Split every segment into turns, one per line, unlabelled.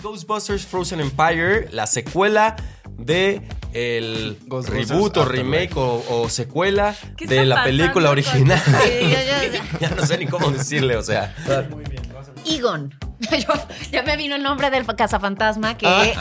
Ghostbusters Frozen Empire, la secuela de el
Ghostbusters
reboot o
Afterlife.
remake o, o secuela
¿Qué
de
está
la
pasando
película
con-
original.
Sí, yo- yo-
ya no sé ni cómo decirle, o sea.
Egon. Yo- ya me vino el nombre del cazafantasma que
Ah.
es, es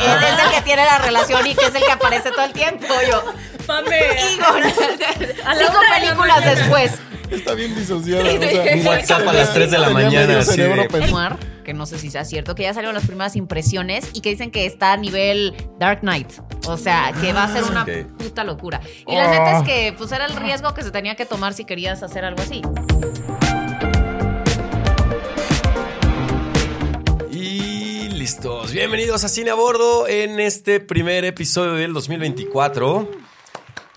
el que tiene la relación y que es el que aparece todo el tiempo. Yo,
Pame.
Egon.
A la
Cinco
una de la
películas
mañana.
después.
Está bien disociada.
Sí,
o sea,
Un WhatsApp a las 3 de la
tenía
mañana.
medio
así de-
cerebro pensando.
Noir, que no sé si sea cierto, que ya salieron las primeras impresiones y que dicen que está a nivel Dark Knight. O sea, que va a ser una
Ok.
puta locura. Y la neta es que pues era el riesgo que se tenía que tomar si querías hacer algo así.
Y listos. Bienvenidos a Cine a Bordo en este primer episodio del 2024.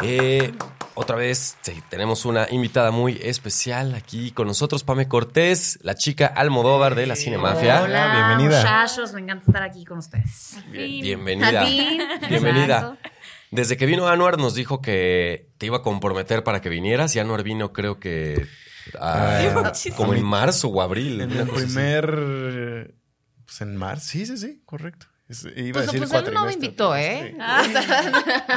Eh, otra vez sí, tenemos una invitada muy especial aquí con nosotros, Pame Cortés, la chica Almodóvar de la Cinemafia.
Hola,
bienvenida.
muchachos, me encanta estar aquí con ustedes.
Bien- bienvenida.
Al fin.
Bienvenida.
Exacto.
Desde que vino Anuar nos dijo que te iba a comprometer para que vinieras y Anuar vino creo que ah,
Sí,
muchísimo.
como en marzo o abril.
"Pues, En
una
el
cosa así.
primer. eh, Pues en marzo. Sí, sí, sí, correcto. Es- iba a decir
Pues, pues él no me
cuatrimestre,
invitó,
trimestre.
¿eh?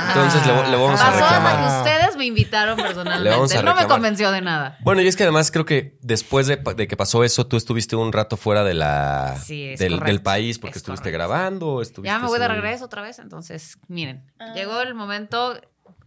Entonces le vo- le vamos a
Pasó
reclamar.
hasta que ustedes me invitaron personalmente.
Le vamos a
no me
reclamar.
convenció de nada.
Bueno, y es que además creo que después de, pa- de que pasó eso, tú estuviste un rato fuera de la
Sí, es
del,
correcto.
del país porque
Es
estuviste
correcto.
grabando, estuviste
Ya me voy de
así.
regreso otra vez, entonces miren,
Ah.
llegó el momento,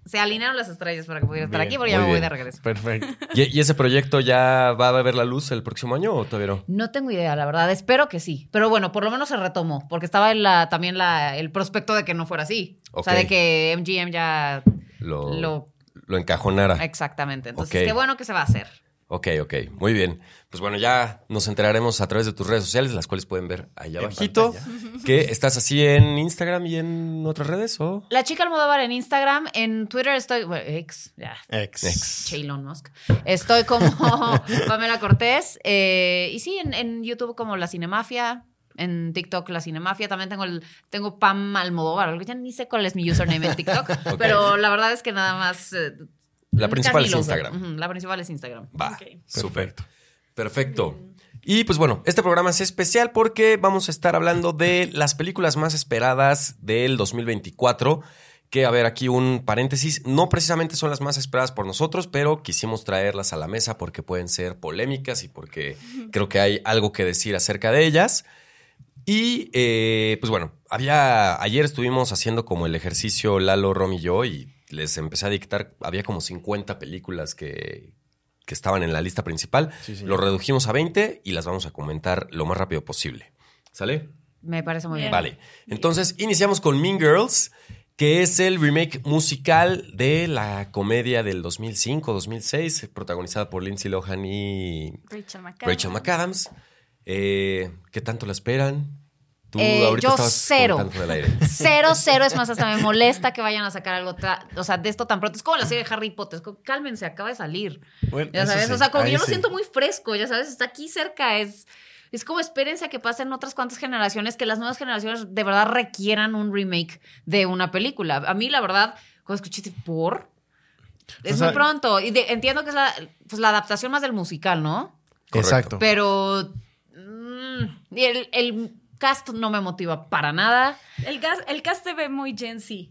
se alinearon las estrellas para que pudiera estar
Bien,
aquí, pero ya me
muy
voy de
bien.
regreso.
Perfecto.
¿Y, y ese proyecto ya va a ver la luz el próximo año o todavía no?
No tengo idea, la verdad, espero que sí, pero bueno, por lo menos se retomó, porque estaba en la, también la, el prospecto de que no fuera así, o sea,
Ok.
de que MGM ya
Lo, lo,
lo...
encajonara.
Exactamente, entonces
Ah. Ok.
qué bueno que se va a hacer.
Ok, ok, muy bien. Pues bueno, ya nos enteraremos a través de tus redes sociales, las cuales pueden ver allá
En
abajito, que estás así en Instagram y en otras redes, ¿o?
La chica Almodóvar en Instagram, en Twitter estoy, bueno, ex, ya,
Ex.
Che Elon Musk. Estoy como Pamela Cortés. eh, y sí, en, en YouTube como La Cinemafia. En TikTok La Cinemafia. También tengo el tengo Pam Almodóvar. algo que Ya ni sé cuál es mi username en TikTok.
Ok.
Pero la verdad es que nada más... eh,
La principal
casi
es
lo uso.
Instagram.
Ujú, la principal es Instagram.
Va,
Ok.
súper. Perfecto. Y pues bueno, este programa es especial porque vamos a estar hablando de las películas más esperadas del 2024. Que, a ver, aquí un paréntesis, no precisamente son las más esperadas por nosotros, pero quisimos traerlas a la mesa porque pueden ser polémicas y porque creo que hay algo que decir acerca de ellas. Y eh, pues bueno, había. Ayer estuvimos haciendo como el ejercicio Lalo, Rom y yo, y les empecé a dictar. Había como 50 películas que, que estaban en la lista principal.
Sí, señor.
Lo redujimos a 20 y las vamos a comentar lo más rápido posible. ¿Sale?
Me parece muy bien.
Vale. Entonces, iniciamos con Mean Girls, que es el remake musical de la comedia del 2005-2006, protagonizada por Lindsay Lohan y
Rachel McAdams.
Rachel McAdams. Eh, ¿Qué tanto la esperan? Tú
Eh,
ahorita
yo
estabas
cero.
comentando del aire.
Cero, cero, es más, hasta me molesta que vayan a sacar algo, ta- o sea, de esto tan pronto. Es como la serie de Harry Potter, es como, cálmense, acaba de salir.
Bueno,
Ya
eso
sabes,
sí,
o sea, como que
ahí
yo lo
sí.
siento muy fresco, ya sabes, está aquí cerca, es, es como espérense a que pasen otras cuantas generaciones, que las nuevas generaciones de verdad requieran un remake de una película. A mí, la verdad, cuando escuché, tipo, por... Es
O sea-
muy pronto. Y de- entiendo que es la, pues, la adaptación más del musical, ¿no?
Correcto.
Exacto.
Pero... mm, y el, el cast no me motiva para nada.
El, gas, el cast se ve muy Gen Z.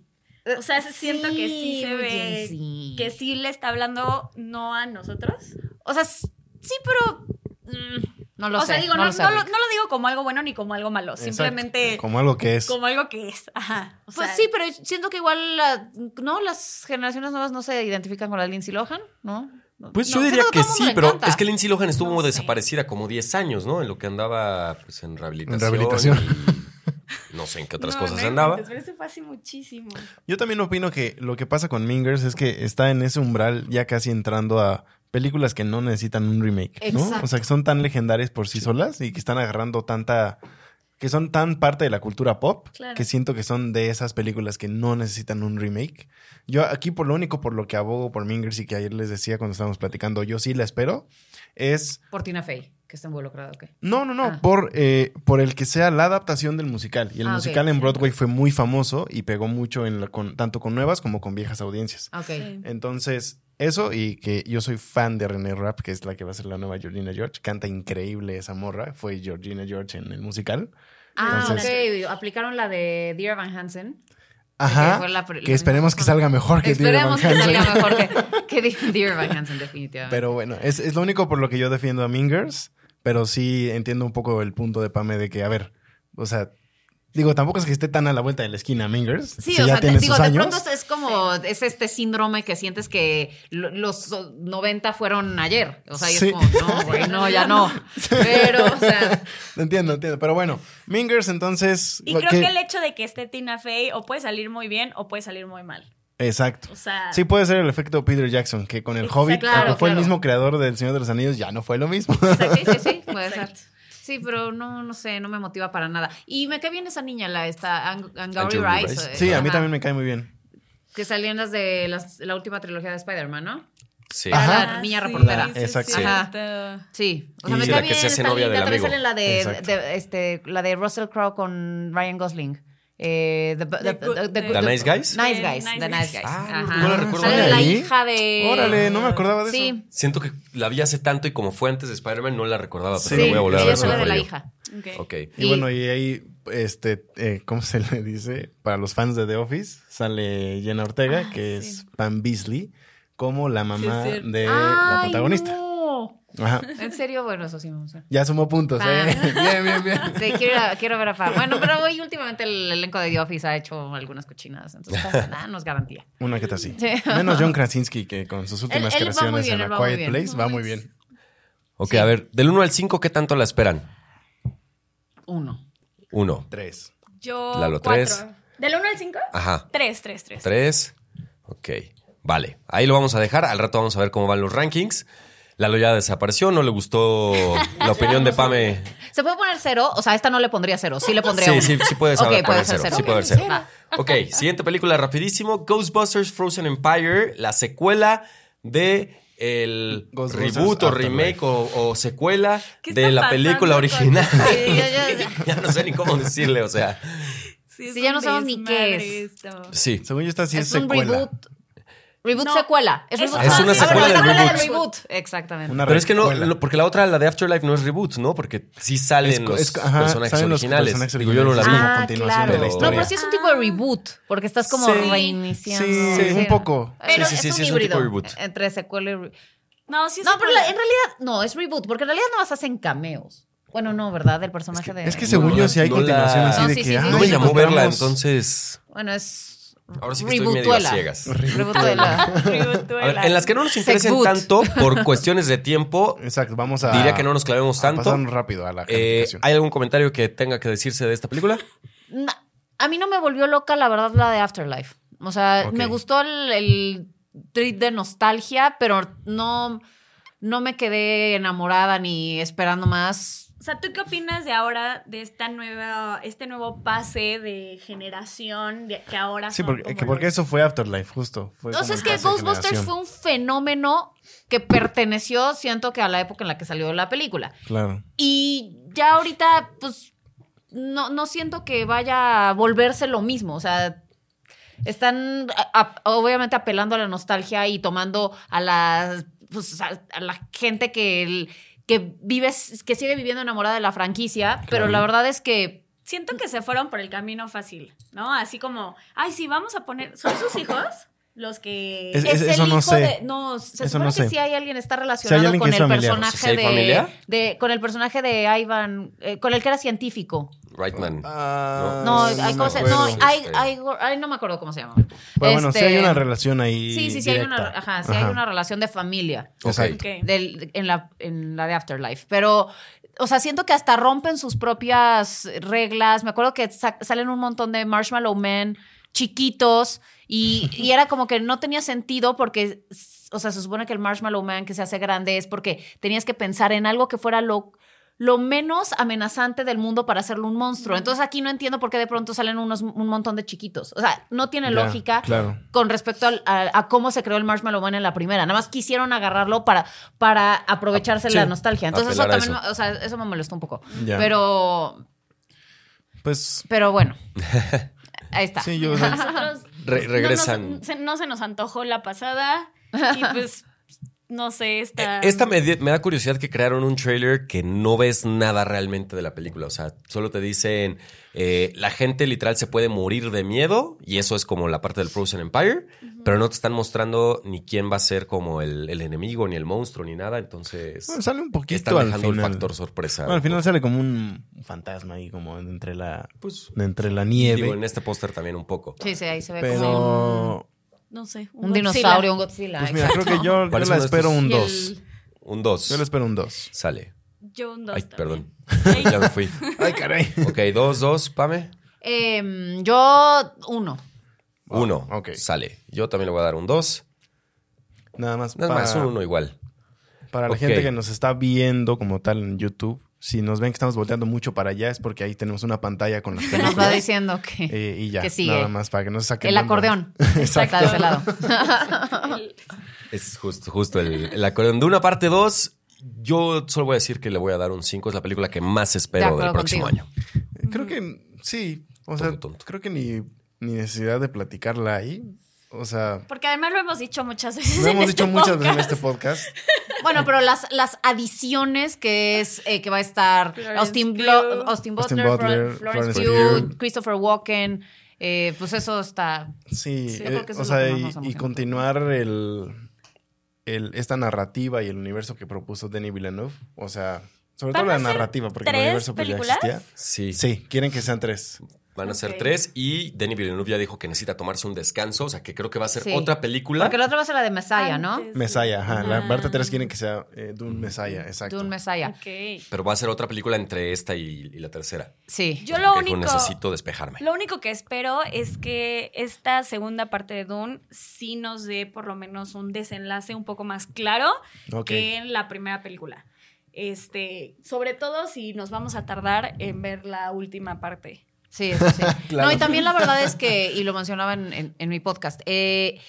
O sea, se siento que sí se
muy
ve.
Gen Z.
Que sí le está hablando no a nosotros.
O sea, s- sí, pero... mm, no lo
o
sé.
sea, digo, no,
lo sé,
no lo,
Rick.
no lo digo como algo bueno ni como algo malo.
Exacto.
Simplemente como,
Como algo que es.
algo que es. Ajá. O
Pues
sea,
sí, pero siento que igual, la- ¿no? Las generaciones nuevas no se identifican con la Lindsay Lohan, ¿no?
Pues
No,
yo diría
creo
que
a todo mundo
sí,
le
pero
encanta.
es que Lindsay Lohan estuvo
No sé.
desaparecida como 10 años, ¿no? En lo que andaba pues, en rehabilitación.
En rehabilitación.
y no sé en qué otras
no,
cosas
no
andaba.
inventes, Pero eso fue así muchísimo.
Yo también opino que lo que pasa con Mingers es que está en ese umbral ya casi entrando a películas que no necesitan un remake, ¿no?
Exacto.
O sea, que son tan legendarias por sí solas y que están agarrando tanta que son tan parte de la cultura pop
Claro.
que siento que son de esas películas que no necesitan un remake. Yo aquí por lo único por lo que abogo por Mingers y que ayer les decía cuando estábamos platicando, yo sí la espero es
Por Tina Fey, que está involucrada, ok.
no, no, no,
Ah.
por, eh, por el que sea la adaptación del musical. Y el
Ah, ok.
musical en Broadway fue muy famoso y pegó mucho en la- con, tanto con nuevas como con viejas audiencias.
Ah, Ok.
Sí.
Entonces, eso y que yo soy fan de René Rapp, que es la que va a ser la nueva Georgina George. Canta increíble esa morra. Fue Georgina George en el musical.
Ah,
Entonces-
ok. Aplicaron la de Dear Van Hansen.
Ajá.
fue la pre-
Que esperemos que salga mejor que Dear Evan
Esperemos que
Hansen.
salga mejor que, que Dear- Dear Van Hansen, definitivamente.
Pero bueno, es, es lo único por lo que yo defiendo a Mingers, pero sí entiendo un poco el punto de Pame de que, a ver, o sea, digo, tampoco es que esté tan a la vuelta de la esquina Mingers.
Sí,
si ya
o sea, te-
tiene
digo,
sus
de
años.
pronto es- es como, es este síndrome que sientes que lo- los oh, 90 fueron ayer. O sea, y
Sí.
es como, no, güey, no, ya no. Pero, o sea,
Entiendo, entiendo. Pero bueno, Mingers entonces...
Y
lo
creo que... el hecho de que esté Tina Fey o puede salir muy bien o puede salir muy mal.
Exacto.
O sea,
Sí puede ser el efecto Peter Jackson, que con el
Exacto.
Hobbit,
Claro,
aunque fue el
claro.
mismo creador del Señor de los Anillos, ya no fue lo mismo.
sí, sí, sí, puede ser. Sí, pero no, no sé, no me motiva para nada. Y me cae bien esa niña, la esta Ang- Angourie
Angourie
Rice.
Rice.
eh,
Sí, a mí
ajá,
también me cae muy bien.
Que salían las de las- la última trilogía de Spider-Man, ¿no?
Sí.
Ajá.
ah,
la niña
sí,
reportera.
sí,
Exacto.
sí.
Ajá.
Cierto.
Sí, o
Y
sea, me
la
cae
que
bien.
se hace
está
novia
linda.
del
También
amigo.
sale la de,
Exacto.
de- este, la de Russell Crowe con Ryan Gosling. Eh, the,
The Good- The-
¿The Nice Guys?
Nice
The
Guys,
Nice
The
Guys.
Nice Guys.
Ah,
Ajá.
no la recuerdo.
Sale la
¿Ahí?
hija de.
Órale, no me acordaba de eso.
Eh, Sí,
Siento que la vi hace tanto y como fue antes de Spider-Man no la recordaba, pero
Sí.
la voy a volver a
ella
ver.
sale
solo
de
por
la
ello.
hija.
Ok.
Ok.
Y, bueno, y ahí, este, eh, ¿cómo se le dice? Para los fans de The Office, sale Jenna Ortega,
Ah,
que
sí.
es Pam Beasley, como la mamá
Sí, es cierto.
eh,
de la
Ay,
protagonista.
no.
Ajá.
En serio, bueno, eso sí me gusta.
Ya sumó puntos, ¿eh?
Pam.
Bien, bien, bien.
Sí, quiero, ir a- quiero ver a Pam. Bueno, pero hoy últimamente el elenco de The Office ha hecho algunas cochinadas, entonces nada, nos garantía.
Una que está así.
Sí.
Menos John Krasinski, que con sus últimas
él va muy
creaciones
bien,
en
él
la
va muy
Quiet
bien.
Place, va muy bien.
Ok,
Sí.
a ver, del 1 al 5, ¿qué tanto la esperan?
Uno.
1.
Tres.
Yo.
Lalo,
cuatro.
tres.
¿Del 1 al 5?
Ajá.
3, 3, 3.
3. Ok. Vale. Ahí lo vamos a dejar. Al rato vamos a ver cómo van los rankings. Lalo ya desapareció, no le gustó la opinión de Pame.
¿Se puede poner cero? O sea, esta no le pondría cero. Sí le pondría
Sí,
uno.
sí, sí puedes
Ok,
ahora
puede
poner
ser
cero.
cero.
Sí puede haber
Ok,
cero. Ok, siguiente película rapidísimo. Ghostbusters Frozen Empire, la secuela de el
Ghostbusters
reboot o
Afterlife.
remake o, o secuela
¿Qué
de
está
la
pasando
película
con-
original.
Sí, yo- yo-
ya no sé ni cómo decirle, o sea.
Sí, ya no sabemos ni qué es.
Sí.
Según yo, está así, es,
es un
secuela.
reboot. Reboot
No,
secuela. Es,
es
reboot
una
Ah,
secuela
pero
del
habla de
reboot.
reboot. Exactamente.
Una
Pero es que no,
recuela.
lo- porque la otra, la de Afterlife, no es reboot, ¿no? Porque sí salen
Es co-
los
es co- ajá,
personajes
salen los
originales.
personajes
Digo, yo no la vi.
originales. como continuación
de la historia.
No, pero sí es un tipo de reboot, porque estás como
Sí.
reiniciando.
Sí, sí, un poco.
Pero
Sí, sí, sí,
es un
sí, es un tipo
híbrido
de reboot.
entre secuela y re-
No, sí.
No, pero la- en
realidad.
realidad no, es reboot, porque en realidad no más hacen cameos. Bueno, no, ¿verdad? Del personaje de
Es que
no.
según
No
yo,
la-
sí hay
no la-
continuación así
No,
de
sí,
que.
sí, sí,
Ah, "Ay,
No me
sí,
llamó verla,
encontramos
entonces.
Bueno, es
Ahora sí que estoy medio a
rebootuela.
ciegas.
Rebootuela.
A ver, en las que no nos interesen
Segboot.
tanto por cuestiones de tiempo,
Exacto, vamos a.
diría que no nos clavemos
a
tanto.
pasarnos rápido a la
Eh,
calificación.
¿Hay algún comentario que tenga que decirse de esta película?
No, a mí no me volvió loca, la verdad, la de Afterlife. O sea,
Ok.
me gustó el, el trip de nostalgia, pero no, no me quedé enamorada ni esperando más.
O sea, ¿tú qué opinas de ahora, de esta nueva, este nuevo pase de generación de, que ahora
Sí,
son
Oh
porque,
como
que porque
los-
eso fue Afterlife, justo. Fue
No
como
sé, es
el
que
paso de
Ghostbusters
generación.
fue un fenómeno que perteneció, siento que a la época en la que salió la película.
Claro.
Y ya ahorita, pues, no, no siento que vaya a volverse lo mismo. O sea, están a- a- obviamente apelando a la nostalgia y tomando a la, pues, a, a la gente que, el- que vive, que sigue viviendo enamorada de la franquicia. Pero la verdad es que
Siento que se fueron por el camino fácil, ¿no? Así como, ay, sí, vamos a poner. ¿Son sus hijos los que.
Es- es- eso
el
no
hijo
sé.
de. No, se
Eso
supone
no
que
sé.
sí hay alguien está relacionado
alguien que
con
es
el
familiar.
¿Sí hay
personaje de,
familiar?
de- Con el personaje de Ivan. eh, con el que era científico.
Rightman.
Ah,
No,
no
hay
me
cosas.
acuerdo.
No, hay,
Este-
hay- ay, no me acuerdo cómo se llama.
Pero bueno, sí
Este,
hay una relación ahí.
Sí, sí, sí hay una,
directa.
ajá, sí hay una relación de familia
Ok.
Exacto.
Ok.
del- en, la, en la de Afterlife. Pero, o sea, siento que hasta rompen sus propias reglas. Me acuerdo que sa- salen un montón de Marshmallow Men chiquitos y, y era como que no tenía sentido porque, o sea, se supone que el Marshmallow Man que se hace grande es porque tenías que pensar en algo que fuera lo lo menos amenazante del mundo para hacerlo un monstruo. Entonces aquí no entiendo por qué de pronto salen unos, un montón de chiquitos. O sea, no tiene
Ya,
lógica
claro.
con respecto al- a, a cómo se creó el Marshmallow Man en la primera. Nada más quisieron agarrarlo para, para aprovecharse
Sí,
la nostalgia. Entonces eso
apelar a
también,
eso.
me- o sea, eso me molestó un poco.
Ya.
Pero,
Pues.
pero bueno. Ahí está.
Sí, yo.
Nosotros
Re-
no nos-
regresan.
se- No, se nos antojó la pasada y pues no sé, esta...
Eh, Esta me, di- me da curiosidad que crearon un trailer que no ves nada realmente de la película. O sea, solo te dicen, eh, la gente literal se puede morir de miedo y eso es como la parte del Frozen Empire, pero no te están mostrando ni quién va a ser como el, el enemigo, ni el monstruo, ni nada. Entonces,
Bueno, sale un
están
poquito al
dejando el
final.
factor sorpresa.
Bueno, al final sale como un fantasma ahí, como entre la,
Pues,
entre la nieve.
digo, en este póster también un poco.
Sí, sí, ahí se ve como
pero.
No sé.
un, un
Godzilla.
dinosaurio, un Godzilla.
Pues mira,
exacto.
creo que yo, yo
¿Cuál es
la
uno de
espero
estos?
un
Y el-
2.
Un 2.
Yo la espero un 2.
Sale.
Yo un dos
Ay,
también.
perdón.
Ay,
Ya me fui.
Ay, caray.
Ok, 2, 2, Pame.
Em, yo, uno.
Wow,
Uno.
Ah, ok.
Sale. Yo también le voy a dar un 2.
Nada más.
Nada
para,
más, un 1 igual.
para la
Ok.
gente que nos está viendo como tal en YouTube, si nos ven que estamos volteando mucho para allá, es porque ahí tenemos una pantalla con las
Que nos va
películas.
diciendo que
Eh, y ya.
Que sigue.
Nada más para que no se saquen.
el
onda.
acordeón
Exacto.
está de ese lado.
el-
Es justo, justo el, el acordeón. De una parte 2, yo solo voy a decir que le voy a dar un 5. Es la película que más
De
espero
acuerdo
del próximo
contigo.
año.
Creo que sí. O sea,
Tonto, tonto.
creo que ni, ni necesidad de platicarla ahí. O sea,
Porque además lo hemos dicho muchas veces.
lo hemos
en
dicho
este
muchas veces en
podcast.
este podcast.
Bueno, pero las, las adiciones que es eh, que va a estar
Florence
Austin,
Pugh.
Blo- Austin
Austin
Butler, Flo-
Butler, Florence
Florence Pugh,
Pugh.
Christopher Walken, eh, pues eso está.
Sí,
Sí,
eh,
creo que eso
o
es lo
sea,
que más
y,
nos
y
emociona.
continuar el, el- esta narrativa y el universo que propuso Denis Villeneuve. O sea, sobre todo
¿Van a
la
ser
narrativa, porque el
tres
universo pues, ya
películas?
existía.
Sí.
Sí, quieren que sean tres.
Van a ser
Ok.
tres. Y Denis Villeneuve ya dijo que necesita tomarse un descanso. O sea, que creo que va a ser
Sí.
otra película.
Porque la otra va a ser la de Messiah, ¿no?
Antes de-
Messiah, ajá. La
Ah.
parte tres quieren que sea eh, Dune Messiah, exacto.
Dune Messiah.
Ok.
Pero va a ser otra película entre esta y, y la tercera.
Sí.
Yo
O sea,
lo
que
único...
necesito despejarme.
Lo único que espero es que esta segunda parte de Dune sí nos dé por lo menos un desenlace un poco más claro
Ok.
Eh,
que en la primera película. Este, sobre todo si nos vamos a tardar en ver la última parte.
Sí, eso sí.
Claro.
No, y también la verdad es que, y lo mencionaba en, en- en mi podcast, eh,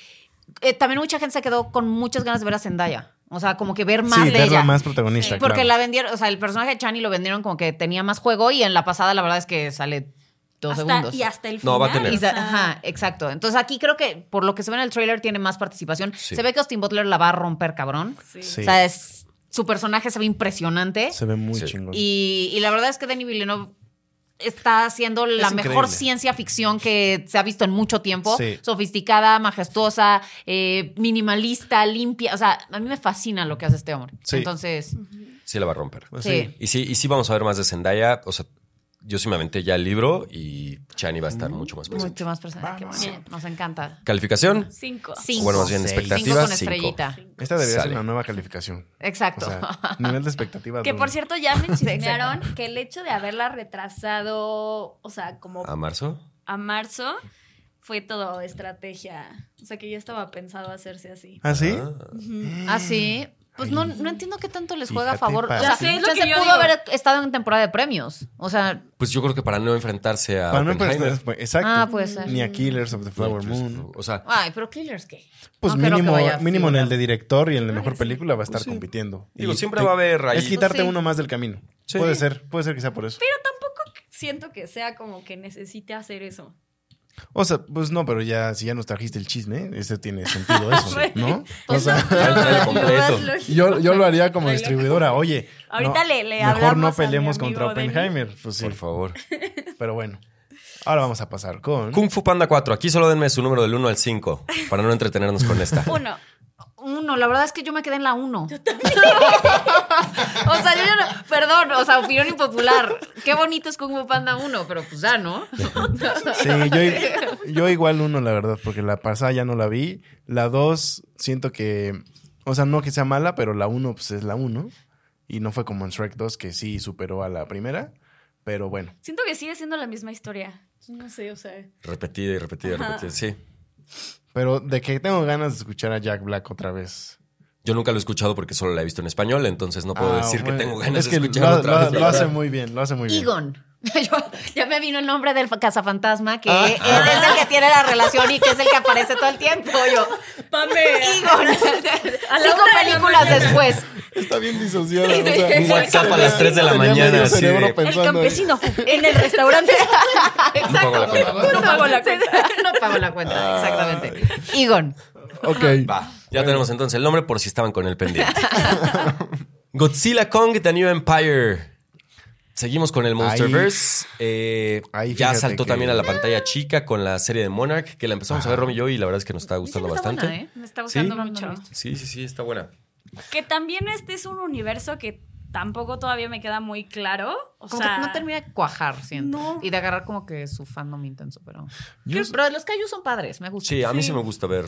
eh, también mucha gente se quedó con muchas ganas de ver a Zendaya. O sea, como que ver más
sí,
de
verla
ella.
más protagonista.
Porque
claro.
la vendieron, o sea, el personaje de Chani lo vendieron como que tenía más juego y en la pasada la verdad es que sale dos
Hasta-
segundos.
Y hasta el final.
No, va a tener.
Y
o
sa-
sea,
Ajá, exacto. Entonces aquí creo que por lo que se ve en el trailer tiene más participación.
Sí.
Se ve que Austin Butler la va a romper cabrón.
sí.
Sí.
O sea, es- su personaje se ve impresionante.
Se ve muy
Sí.
chingón.
Y, y la verdad es que Denis Villeneuve está haciendo la
Es
mejor
increíble.
ciencia ficción que se ha visto en mucho tiempo.
Sí.
Sofisticada, majestuosa, eh, minimalista, limpia. O sea, a mí me fascina lo que hace este hombre.
Sí.
Entonces,
Sí, la va a romper.
Pues
sí.
Y sí, y sí vamos a ver más de Zendaya. O sea, yo sí me aventé ya el libro y Chani va a estar mucho más presente.
mucho más personal. Qué
Vamos.
bueno. Nos encanta.
¿Calificación?
Cinco.
Cinco.
Bueno, más bien
Seis.
Cinco con
expectativas. Cinco.
estrellita.
Esta debería
Sale.
ser una nueva calificación. O
Exacto.
sea, nivel de expectativa.
Que
Dune.
por cierto ya me chismearon
exacto.
que el hecho de haberla retrasado, o sea, como
¿A marzo?
a marzo, fue todo estrategia. O sea, que ya estaba pensado hacerse así.
¿Ah, sí?
Ah.
Ah, sí. Pues no, no entiendo qué tanto les juega a
Fíjate,
favor. O
pa-
sea,
Ya sé, es lo
chance
que yo
pudo
digo.
haber estado en temporada de premios. O sea,
Pues yo creo que para no enfrentarse a
Para no
Ah, Oppenheimer. pues,
empezar después- Exacto.
ah, puede ser.
Ni a Killers of the Flower Moon.
O sea,
Ay, pero Killers qué.
Pues
No creo que Ah,
mínimo,
vaya a
mínimo en
figurar.
el de director y en la mejor
sí.
película va a estar
Pues sí.
compitiendo.
digo,
Y
siempre
te-
va a haber
Es
ahí.
quitarte
Pues sí.
uno más del camino.
Sí.
Puede ser, puede ser que sea por eso.
Siento que sea como que necesite hacer eso.
O sea, pues no, pero ya, si ya nos trajiste el chisme, ese tiene sentido eso, ¿no? O
Pues
sea,
no,
ya- ya lo
lo
completo.
más lógico.
yo, yo lo haría como distribuidora, oye.
Ahorita le- le
Mejor
hablamos
no
a mi
peleemos
amigo
contra
Denis.
Oppenheimer, pues sí.
Por favor.
Pero bueno, ahora vamos a pasar con...
Kung Fu Panda 4. Aquí solo denme su número del 1 al 5 para no entretenernos con esta.
Uno.
Uno, la verdad es que yo me quedé en la uno. o sea, yo ya no, perdón, o sea, opinión impopular. Qué bonito es Kung Fu Panda 1, pero pues ya, ¿no?
Sí, yo, yo igual uno, la verdad, porque la pasada ya no la vi. La dos, siento que. O sea, no que sea mala, pero la uno, pues es la uno. Y no fue como en Shrek 2, que sí superó a la primera. Pero bueno.
Siento que sigue siendo la misma historia. No sé, o sea.
Repetida y repetida y repetida. Sí.
Pero de que tengo ganas de escuchar a Jack Black otra vez.
Yo nunca lo he escuchado porque solo la he visto en español, entonces no puedo
Ah,
decir
bueno,
que tengo ganas
es que
de escuchar
lo,
otra
lo-
vez, la
lo hace
verdad.
muy bien, lo hace muy bien.
Egon. Yo- ya me vino el nombre del cazafantasma, que
Ah.
es, es el que tiene la relación y que es el que aparece todo el tiempo. Yo, Egon. Cinco
una de la
películas
mañana.
después.
Está bien disociada. o sea,
Un WhatsApp a las 3 de la
tenía medio
mañana. Así
cerebro
de,
El
pensando,
campesino en el restaurante.
no pago la cuenta.
No pagó
Ah.
la cuenta.
No pago la cuenta, exactamente. Egon.
ok.
Va, ya tenemos entonces el nombre por si estaban con el pendiente. Godzilla Kong The New Empire. Seguimos con el Monsterverse. Eh,
Ahí
ya
fíjate
saltó
que-
también a la pantalla chica con la serie de Monarch, que la empezamos a ver Romy y yo y la verdad es que nos está gustando
Dicen que está
bastante.
buena, ¿eh?
Me está
Sí.
gustando
No, no
mucho.
lo he
Sí, sí, sí, está buena.
Que también este es un universo que tampoco todavía me queda muy claro. O
Como
sea,
que no termina de cuajar, siento.
No.
Y de agarrar como que su fandom intenso, pero.
Yo-
Pero los Kaiju son padres, me gusta.
Sí, a mí sí,
Sí.
me gusta ver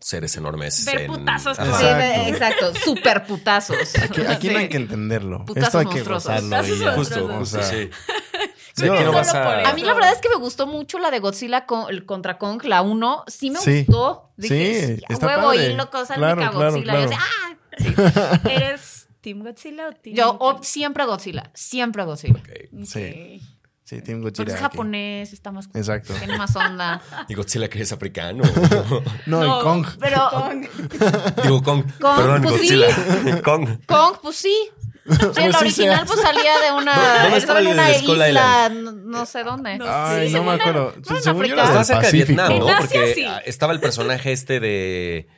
seres enormes.
Ver putazos
Ajá.
como-
Sí, de-
Exacto.
exacto. Super putazos.
que- aquí no hay que
Sí.
entenderlo.
Putazos
Esto hay que
monstruosos.
gozarlo. y
Putazos
ya.
Justo,
monstruosos.
O
justo,
sea,
sí.
Sí,
que no
solo
vas
por
a...
eso.
A mí la verdad es que me gustó mucho la de Godzilla con- el contra Kong, la 1. Sí me
Sí.
gustó.
Sí,
Dije, sí, a
está
huevo,
padre.
y loco, sale
Claro,
Mecha
claro,
Godzilla.
claro.
Yo, decía, "Ah".
¿Eres Team Godzilla o Team
Yo, oh, siempre Godzilla, siempre Godzilla.
Ok.
Ok.
Sí. sí, Team Godzilla.
Porque es
aquí.
japonés, está más.
Exacto.
Tiene más onda.
Y Godzilla que es africano.
No,
No,
y Kong.
Pero
Digo, Kong.
Kong,
Perdón,
pues sí.
Godzilla. Kong.
Kong, pues sí. Sí,
Pues
el
sí
original
se
pues salía de una,
¿Dó- dónde
estaba en
estaba el
una
de Skull
isla,
Island?
no, no sé dónde.
No.
Ay,
Sí,
no
según
me
era-
acuerdo.
no era
Según yo era
Estaba
africano.
del
cerca de
Pacífico.
Vietnam, ¿no?
En Asia,
Porque
sí.
ah, estaba el personaje este de,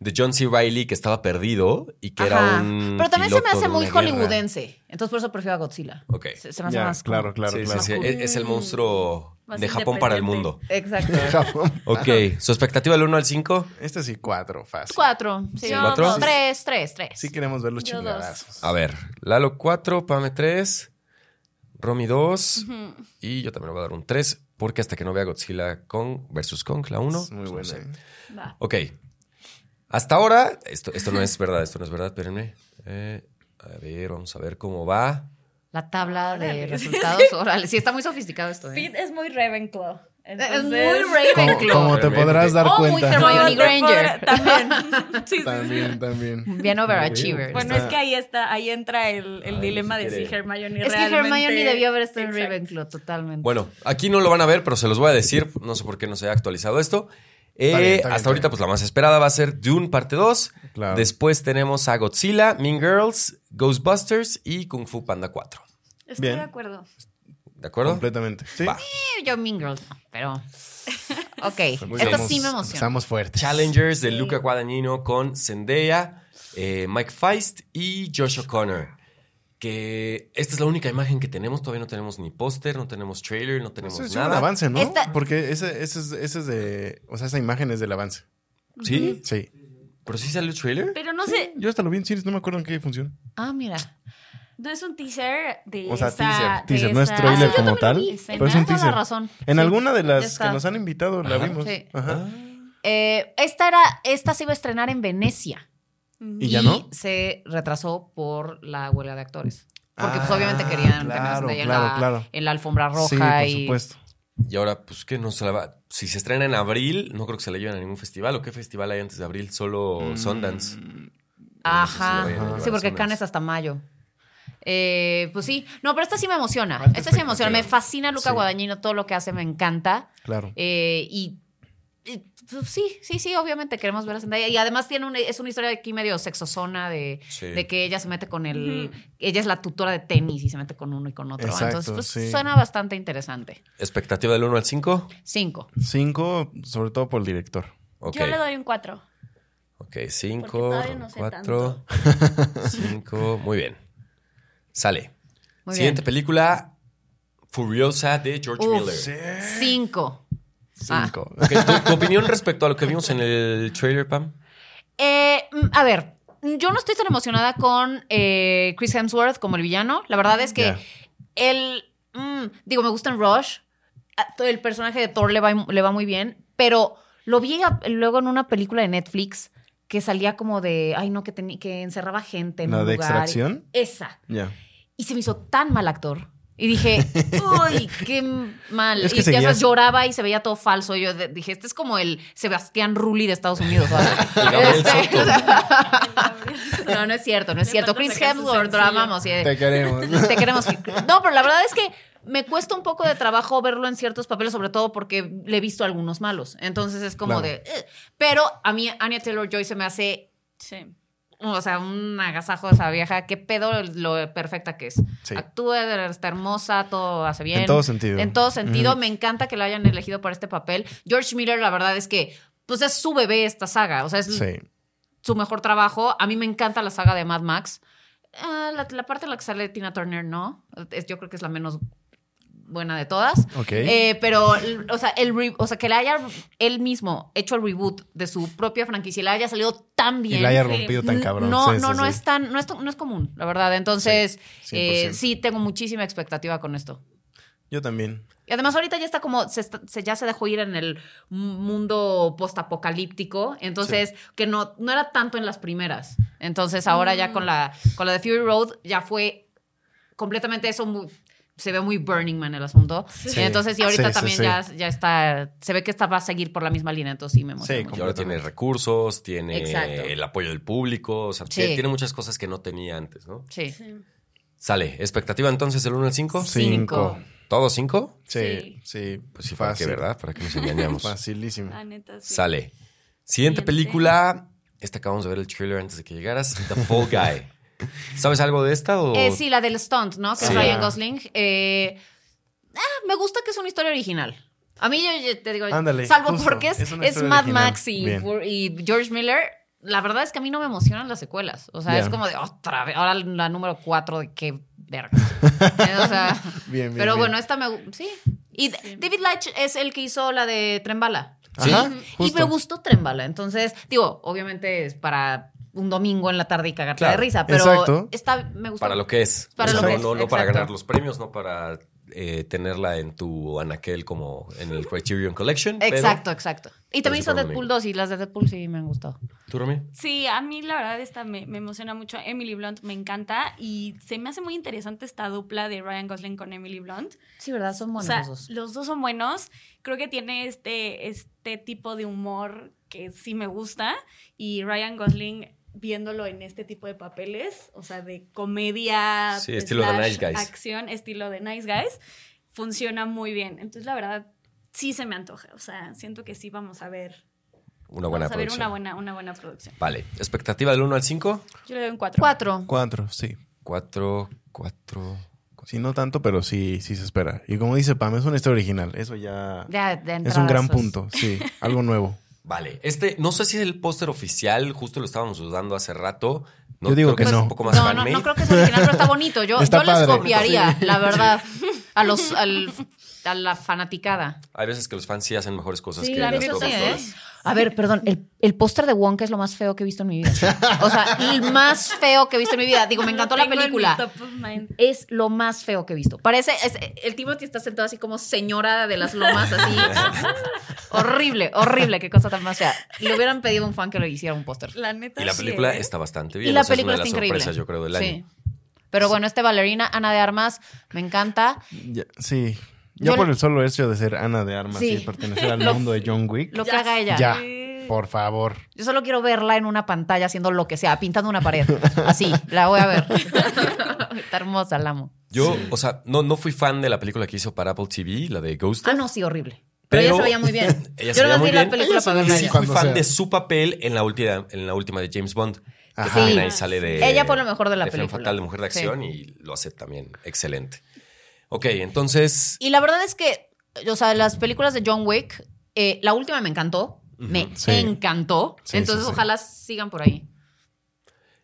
de John C. Riley que estaba perdido y que
Ajá.
era un.
Pero también se me
piloto
hace
de
muy
una guerra.
hollywoodense. Entonces por eso prefiero a Godzilla.
Ok.
Se, se me hace
Ya,
más.
claro, claro,
Sí, sí,
claro.
sí.
cool.
Es, es
Mm.
el monstruo
Más
de Japón para el
independiente.
mundo.
Exacto.
Japón.
Ok. ¿Su expectativa del 1 al 5?
Este sí, cuatro, fácil.
Cuatro. Sí,
Yo
¿Cuatro?
dos. Tres, tres, tres.
Sí queremos ver los
Yo dos.
chingadazos.
A ver. Lalo 4, Pame 3, Romy 2
Ujú.
y yo también le voy a dar un 3 porque hasta que no vea Godzilla Kong versus Kong, la 1.
Es muy
pues, no
bueno.
sé.
¿eh?
Va.
Ok. Hasta ahora, esto, esto no es verdad, esto no es verdad, espérenme. Eh, a ver, vamos a ver cómo va.
La tabla de
Órale.
resultados orales. Sí, está muy sofisticado esto. ¿eh?
Pete es muy Ravenclaw.
Es muy
entonces-
Como,
Ravenclaw.
como te
Tremendo.
podrás dar
Oh, muy
cuenta.
tremendo. Hermione
te podrá-
Granger.
También. Sí, sí, sí.
También, también.
Bien overachiever.
Bueno,
Está-
es que ahí está, ahí entra el, el
Ay,
dilema
ni
de si
siquiera-
Hermione
es que
realmente...
Hermione debió haber estado en
Exacto.
Ravenclaw totalmente.
Bueno, aquí no lo van a ver, pero se los voy a decir. No sé por qué no se ha actualizado esto. Eh,
Está bien, está bien,
hasta
está
ahorita,
bien.
pues la más esperada va a ser Dune parte 2.
Claro.
Después tenemos a Godzilla, Mean Girls, Ghostbusters y Kung Fu Panda 4.
Estoy
Bien.
de acuerdo.
¿De acuerdo?
Completamente. Sí.
Va.
Eh, Yo Mean Girls no, pero. Ok.
Muy
Esto
bien.
sí me emociona.
Estamos fuertes.
Challengers de Luca Guadagnino con Zendaya, eh, Mike Feist y Josh O'Connor. Que esta es la única imagen que tenemos. Todavía no tenemos ni póster, no tenemos trailer, no tenemos
Eso es un
nada.
avance, ¿no?
Esta-
Porque ese, ese es, ese es de. O sea, esa imagen es del avance.
¿Sí?
Sí.
¿Pero sí salió el trailer?
Pero no
Sí,
sé,
Yo hasta lo vi en cines, no me acuerdo en qué función.
Ah, mira.
no es un teaser de
O sea,
esa-
teaser.
de
Teaser, no es
esa-
trailer
Ah, sí,
como
yo también
tal.
lo vi.
Pero es un
Toda
teaser.
la razón.
En
Sí.
alguna de
Ya
las
está.
que nos han invitado la
Ajá. Ah.
vimos.
Sí.
Ajá.
Eh, esta era, esta se iba a estrenar en Venecia.
Ujú.
¿Y ya no?
Se retrasó por la huelga de actores. Porque pues
Ah,
obviamente querían
claro,
que no se
claro,
la,
claro.
en la alfombra roja
Sí, por
y.
supuesto.
Y ahora, pues que no se la va. Si se estrena en abril, no creo que se la lleven a ningún festival. ¿O qué festival hay antes de abril? Solo
Mm.
Mm.
Sundance.
Ajá.
No sé si lo vayan a llevar
Sí, porque
a
Cannes
Sundance.
hasta mayo. Eh, pues sí, no, pero esta sí me emociona.
Alta
Esta sí me emociona. Me
expectativa.
fascina Luca
Ah, Sí.
Guadagnino, todo lo que hace me encanta.
Claro.
Eh, y, y, pues, sí, sí, sí, obviamente queremos ver a Zendaya. Y además tiene una, es una historia aquí medio sexosona de,
Sí.
de
Eh,
que ella se mete con el. Ella es la tutora de tenis y se mete con uno y con otro.
Exacto,
Entonces, pues,
sí.
suena bastante interesante.
¿Expectativa del 1 al 5?
Cinco.
Cinco, sobre todo por el director.
Ok.
Yo le doy un 4.
Ok, 5,
todavía no sé
4, 5. Muy bien. Sale.
Muy
Siguiente película: Furiosa de George
Uf,
Miller.
Cinco. Ah.
Cinco.
Ok, ¿tu, tu opinión respecto a lo que vimos en el trailer, Pam?
Eh, mm, a ver, yo no estoy tan emocionada con eh, Chris Hemsworth como el villano. La verdad es que
Ya.
él, mm, digo, me gusta en Rush. A- to- El personaje de Thor le va, le va muy bien, pero lo vi a- luego en una película de Netflix que salía como de, ay no, que, teni- que encerraba gente en
¿La
un
de
lugar.
Extracción?
Esa.
Ya.
Y se me hizo tan mal actor. Y dije, uy, qué mal.
Es que
y ya sabes,
seguías-
lloraba y se veía todo falso. Y yo de- dije, este es como el Sebastián Rulli de Estados Unidos. ¿sabes?
El Gabriel
Este,
Soto.
o sea, no, no es cierto, no es
Le
cierto.
falta
Chris
sacar su
Hemsworth, lo
sencillo.
amamos. y-
Te queremos.
te queremos. que- No, pero la verdad es que me cuesta un poco de trabajo verlo en ciertos papeles, sobre todo porque le he visto algunos malos. Entonces es como
Claro.
de. "Eh". Pero a mí, Anya Taylor Joy se me hace.
Sí.
O sea, un agasajo de esa vieja. Qué pedo lo perfecta que es.
Sí.
Actúa, está hermosa, todo hace bien.
En todo sentido.
En todo sentido.
Ujú.
Me encanta que la hayan elegido para este papel. George Miller, la verdad es que pues es su bebé esta saga, o sea, es
Sí.
su mejor trabajo. A mí me encanta la saga de Mad Max. Ah, la, la parte en la que sale Tina Turner, no. Es- yo creo que es la menos buena de todas.
Ok.
Eh, pero, l- o sea, el re- o sea, que le haya él mismo hecho el reboot de su propia franquicia y le haya salido tan bien.
y la haya
sí.
rompido tan
N-
cabrón.
No,
Sí,
no,
sí,
no
sí.
es tan, no es, tan- no es común, la verdad. Entonces,
Sí,
eh,
100%.
sí, tengo muchísima expectativa con esto.
Yo también.
Y además ahorita ya está como, se está- se- ya se dejó ir en el mundo postapocalíptico, entonces, que no, no era tanto en las primeras. Entonces ahora ya con la, con la de Fury Road ya fue completamente eso, mu- se ve muy Burning Man el asunto.
Sí.
Entonces, y ahorita
Sí, sí,
también
sí.
Ya, ya está, se ve que esta va a seguir por la misma línea, entonces sí me emociona
Sí,
mucho.
Y ahora tiene
Completamente.
recursos, tiene
Exacto.
el apoyo del público, o sea,
Sí.
tiene, tiene muchas cosas que no tenía antes, ¿no?
Sí.
Sí.
Sale, expectativa entonces del 1 al 5.
Sí.
Cinco.
Cinco.
¿Todo 5?
Sí, sí.
Pues sí, ¿para qué, verdad? ¿Para qué nos engañamos?
Facilísimo.
Ah,
La neta, sí.
Sale. Siguiente
Siguiente.
película. Esta acabamos de ver el trailer antes de que llegaras. The Fall Guy. ¿Sabes algo de esta? O...
Eh, sí, la del stunt, ¿no? Que
Sí.
es Ryan Gosling. Eh, ah, me gusta que es una historia original. A mí, yo, yo te digo,
Ándale,
salvo
justo,
porque es,
es una
es
historia
Mad
original.
Max y,
Bien.
Bur- y George Miller. La verdad es que a mí no me emocionan las secuelas. O sea,
Ya.
es como de otra vez. Ahora la número cuatro de qué verga. Eh, o sea,
Bien, bien.
pero
bien.
bueno, esta me. gu- Sí. Y David Leitch es el que hizo la de Trembala.
Sí.
Ajá,
Y me
justo.
gustó Trembala. Entonces, digo, obviamente es para un domingo en la tarde y cagarte
Claro,
de risa. Pero
exacto.
está, me gustó.
Para lo que es.
Pues Para
lo
no,
que
es,
no, no para
exacto.
ganar los premios, no para eh, tenerla en tu anaquel como en el Criterion Collection. pero-
Exacto, exacto. Y también
Pero
hizo
sí para
Deadpool
domingo.
2 y las de Deadpool sí me han gustado.
¿Tú, Romy?
Sí, a mí la verdad esta me, me emociona mucho. Emily Blunt me encanta y se me hace muy interesante esta dupla de Ryan Gosling con Emily Blunt.
Sí, ¿verdad? Son buenos
o sea,
los dos.
los dos son buenos. Creo que tiene este, este tipo de humor que sí me gusta y Ryan Gosling viéndolo en este tipo de papeles, o sea, de comedia,
Sí, estilo de
slash
Nice Guys.
acción, estilo de Nice Guys, funciona muy bien. Entonces, la verdad, sí se me antoja. O sea, siento que sí vamos a ver,
Una buena
vamos a ver
producción.
una buena, una buena producción.
Vale. ¿Expectativa del 1 al 5?
Yo le doy un cuatro.
Cuatro.
Cuatro, sí.
4, 4.
Sí, no tanto, pero sí, sí se espera. Y como dice Pam, es una historia original. Eso ya
Ya, de
es un
entrada,
gran
eso es-
punto. Sí, algo nuevo.
Vale. Este, no sé si es el póster oficial, justo lo estábamos dudando hace rato. No,
Yo digo
creo
que
es
no.
un poco más
No, no,
handmade.
no creo que sea original, pero está bonito. Yo,
Está
yo les
padre.
copiaría, la verdad, a los al- a la fanaticada.
Hay veces que los fans sí hacen mejores cosas que
la
las
neta
propias
sí,
personas.
¿eh? A ver, perdón, el, el póster de Wonka es lo más feo que he visto en mi vida. O sea, el más feo que he visto en mi vida. Digo, me encantó
Lo
la
tengo en mi
película.
top of mind.
es lo más feo que he visto. Parece, es- el Timothy está sentado así como señora de las lomas, así. horrible, horrible, qué cosa tan más fea. Le hubieran pedido a un fan que le hiciera un póster.
La neta
Y la
sí,
película
¿eh?
está bastante bien.
Y la
Esa
película
es una de
está
las
increíble.
sorpresas, yo creo, del
Sí.
año.
Pero bueno, este bailarina, Ana de Armas, me encanta.
Ya- sí. Ya
Yo
por
le-
el solo hecho de ser Ana de Armas
Sí.
y pertenecer al
Lo-
mundo de John Wick.
Lo que haga ella.
ya,
Sí.
por favor.
Yo solo quiero verla en una pantalla haciendo lo que sea, pintando una pared. Así, la voy a ver. Está hermosa, la amo.
Yo, o sea, no, no fui fan de la película que hizo para Apple TV, la de Ghost.
Ah, no, sí, horrible. Pero, ella
Pero-
se veía muy bien.
Ella se
Yo no
veía muy
vi la
bien.
película
Ella se
para
veía
verla.
muy
sí
ya.
fui
cuando
fan
sea.
de su papel en la última, en la última de James Bond. Que
Ajá.
también
Sí.
ahí sale de.
Ella fue lo mejor de la
de Femme
película.
Fatal, de Mujer de
Sí.
Acción, y lo hace también excelente. Ok, entonces.
Y la verdad es que, o sea, las películas de John Wick, eh, la última me encantó. Me
Sí.
encantó.
Sí,
Entonces,
sí, sí.
ojalá sigan por ahí.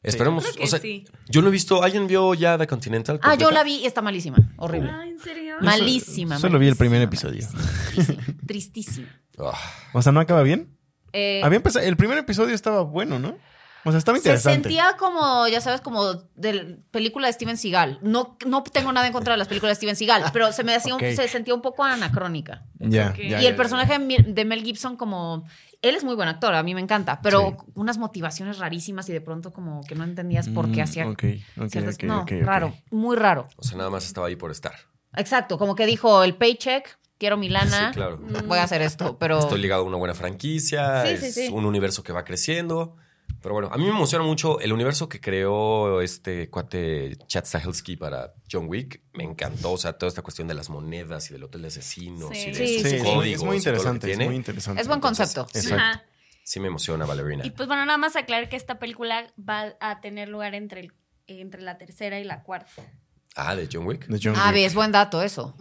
Esperemos.
Creo que
o sea,
sí.
yo no he visto. ¿Alguien vio ya The Continental?
Ah, yo
completa?
la vi y está malísima. Horrible.
Ah, ¿en serio?
Mal-
Malísima.
solo vi el primer
malísima,
episodio.
malísima, malísima. Tristísima.
Ah,
O sea, ¿no acaba bien?
Eh,
Había empezado- el primer episodio estaba bueno, ¿no? O sea, estaba
se
interesante.
sentía como, ya sabes, como de película de Steven Seagal. No, no tengo nada en contra de las películas de Steven Seagal, pero se me hacía un-
Ok.
se sentía un poco anacrónica.
Ya,
Ok.
ya, ya,
Y
y
ya,
el
ya.
personaje de Mi- de Mel Gibson como él es muy buen actor, a mí me encanta, pero
Sí.
unas motivaciones rarísimas y de pronto como que no entendías por qué
Mm,
hacía
ok, ok,
ciertas-
ok,
no,
ok, ok.
raro, muy raro.
o sea, nada más estaba ahí por estar.
Exacto, como que dijo el paycheck, quiero mi lana,
Sí, claro.
Mm.
voy a hacer esto, pero
Estoy ligado a una buena franquicia,
Sí,
es
sí, sí.
un universo que va creciendo. Pero bueno, a mí me emociona mucho el universo que creó este cuate Chad Stahelski para John Wick. Me encantó, o sea, toda esta cuestión de las monedas y del hotel de asesinos
Sí.
y de
Sí,
sus
Sí, es muy-
códigos.
es muy
y todo lo que
interesante, es
tiene.
muy interesante.
es buen
Entonces,
concepto.
Exacto.
Ajá.
Sí me emociona, Valerina.
Y pues bueno, nada más aclarar que esta película va a tener lugar entre, el- entre la tercera y la cuarta.
Ah, de John Wick.
De John
A
Wick.
ver, es buen dato eso.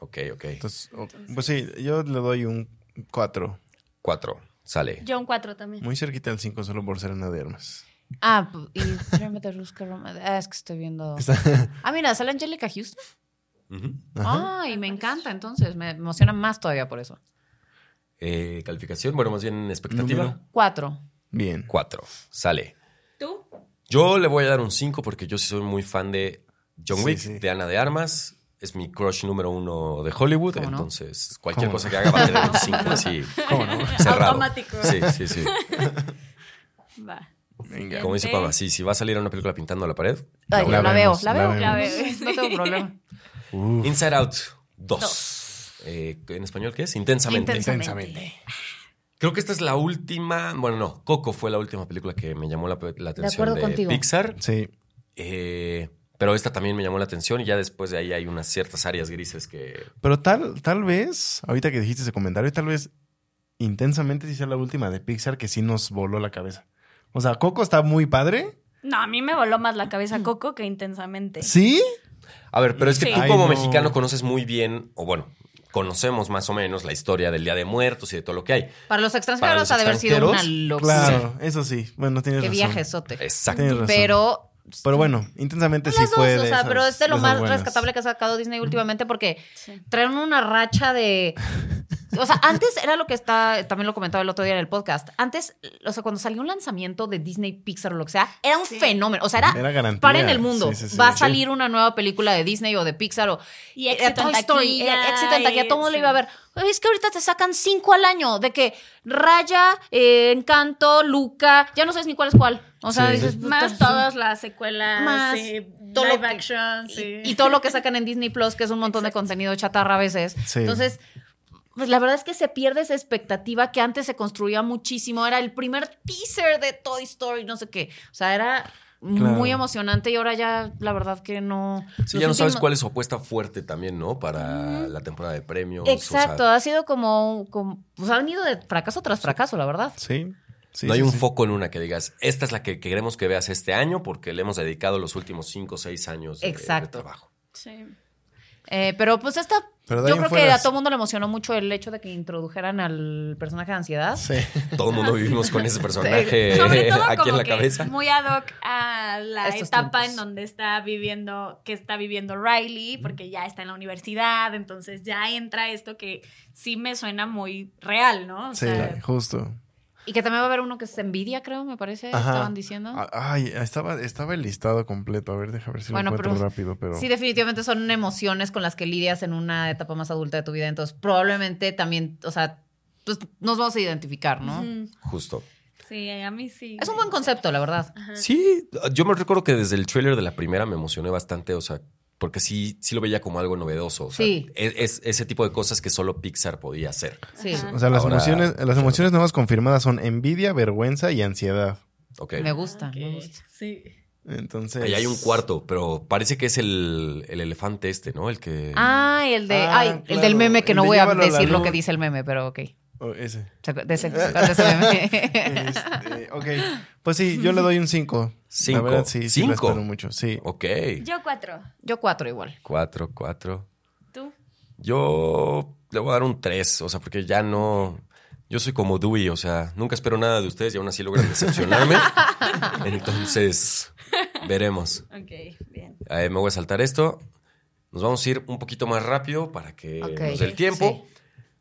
Ok, ok.
oh, Entonces, o- pues sí, yo le doy un 4.
Cuatro. sale.
Yo un 4 también.
Muy cerquita del 5 solo por ser una de armas.
Ah, pu- y Roma de Rusca, Roma de- Ah, es que estoy viendo. Ah, mira, sale Angélica Houston.
Ujú.
Ajá.
Ay, me encanta, entonces. Me emociona más todavía por eso.
Eh, calificación, bueno, más bien expectativa.
Número.
Cuatro.
Bien.
4. Sale.
¿Tú?
Yo le voy a dar un 5 porque yo sí soy muy fan de John
Sí,
Wick,
sí.
de Ana de Armas. Es mi crush número uno de Hollywood.
¿Cómo no?
Entonces, cualquier
¿Cómo
cosa que haga va a tener un 5 así. cerrado.
Automático.
Sí, sí, sí.
Va.
Venga.
Como dice
Siguiente.
Pama, sí, si va a salir una película pintando la pared.
La
Ay, yo la veo,
vemos,
la
la
veo.
La veo.
No tengo problema.
Uf,
Inside Out 2. Eh, ¿En español qué es? Intensamente.
Intensa-
intensamente.
Creo que esta es la última. Bueno, no. Coco fue la última película que me llamó la, la atención
acuerdo
de,
contigo.
Pixar.
Sí.
Eh, pero esta también me llamó la atención y ya después de ahí hay unas ciertas áreas grises que.
Pero tal, tal vez, ahorita que dijiste ese comentario, tal vez intensamente sí sea la última de Pixar que sí nos voló la cabeza. O sea, Coco está muy padre.
No, a mí me voló más la cabeza Coco que intensamente.
¿Sí?
A ver, pero es que
Sí.
tú
Ay,
como
no.
mexicano conoces muy bien, o bueno, conocemos más o menos la historia del Día de Muertos y de todo lo que hay.
Para los extranjeros
Para los
ha de haber sido una
extranjeros,
locura.
Claro, eso sí. Bueno, tienes
Qué
razón.
viajesote.
Exacto.
Tienes razón.
Pero.
Pero bueno, intensamente sí
Las dos,
fue.
o
de
sea,
esas-
pero es de lo
esas
más
buenas.
rescatable que ha sacado Disney últimamente porque
Sí.
traen una racha de. O sea, antes era lo que está, también lo comentaba el otro día en el podcast. Antes, o sea, cuando salió un lanzamiento de Disney Pixar o lo que sea, era un
Sí.
fenómeno. O sea, era,
Era garantía.
para en el mundo.
Sí, sí, sí.
Va a
Sí.
salir una nueva película de Disney o de Pixar o
Y
era
éxito en
Toy Story,
taquilla.
era éxito en taquilla,
y-
todo el mundo lo
sí.
iba a ver. Oye, Es que ahorita te sacan cinco al año de que Raya, eh, Encanto, Luca, ya no sabes ni cuál es cuál. O sea,
Sí.
dices, pues,
Más
puta,
todas las secuelas,
Más
sí,
todo lo
live
que-
action,
y-
sí.
Y, todo lo que sacan en Disney Plus, que es un montón de contenido chatarra a veces.
Sí.
Entonces, pues la verdad es que se pierde esa expectativa que antes se construía muchísimo. Era el primer teaser de Toy Story, no sé qué. O sea, era muy
Claro.
emocionante y ahora ya la verdad que no.
Sí,
los
ya no sabes
últimos-
cuál es su apuesta fuerte también, ¿no? Para la temporada de premios. o
Exacto,
sea,
ha sido como, como pues ha venido de fracaso tras fracaso, la verdad.
Sí. sí,
no
sí,
hay un
sí.
foco en una que digas, esta es la que queremos que veas este año porque le hemos dedicado los últimos 5 o 6 años de, de
Exacto.
trabajo.
Sí.
Eh, pero pues esta,
Pero de
yo
ahí en
creo que
fuera-
a todo mundo le emocionó mucho el hecho de que introdujeran al personaje de ansiedad.
Sí.
Todo el mundo vivimos con ese personaje
Sobre todo
aquí
como
en la
que
cabeza.
muy ad hoc a la
Estos
etapa
tiempos.
en donde está viviendo, que está viviendo Riley, porque ya está en la universidad, entonces ya entra esto que sí me suena muy real, ¿no? O
Sí,
sea,
justo.
Y que también va a haber uno que se envidia, creo, me parece,
Ajá.
estaban diciendo.
Ah, Ay, estaba, estaba el listado completo. A ver, déjame ver si
Bueno,
lo encuentro
pero-
rápido, pero.
Sí, definitivamente son emociones con las que lidias en una etapa más adulta de tu vida. Entonces, probablemente también, o sea, pues nos vamos a identificar, ¿no?
ujú.
Justo.
Sí, a mí sí.
Es un buen concepto, la verdad.
Sí, yo me recuerdo que desde el trailer de la primera me emocioné bastante, o sea, porque sí, sí lo veía como algo novedoso. O sea, e,
Sí.
es, es ese tipo de cosas que solo Pixar podía hacer.
Sí,
Ajá.
O sea, las
Ahora-
emociones, las emociones nuevas confirmadas son envidia, vergüenza y ansiedad.
Ok.
me gusta,
Ok,
me gusta.
Sí.
Entonces.
Ahí hay un cuarto, pero parece que es el, el elefante este, ¿no? El que.
Ah, el de,
Ah,
ay, el
claro.
del meme que
El
no
de
voy a
llévalo a la
decir lo
luz.
que dice el meme, pero ok.
Oh, ese.
¿Se acu- De ese, de ese meme.
Este, ok. Pues sí, yo le doy un 5.
Cinco.
La verdad, sí, sí,
Cinco.
lo espero mucho. Sí.
Ok.
Yo cuatro.
Yo cuatro igual.
Cuatro, cuatro.
¿Tú?
Yo le voy a dar un tres, o sea, porque ya no. Yo soy como Dewey, o sea, nunca espero nada de ustedes y aún así logran decepcionarme. Entonces, veremos.
Ok, bien.
Eh, me voy a saltar esto. Nos vamos a ir un poquito más rápido para que
Ok.
nos dé el tiempo.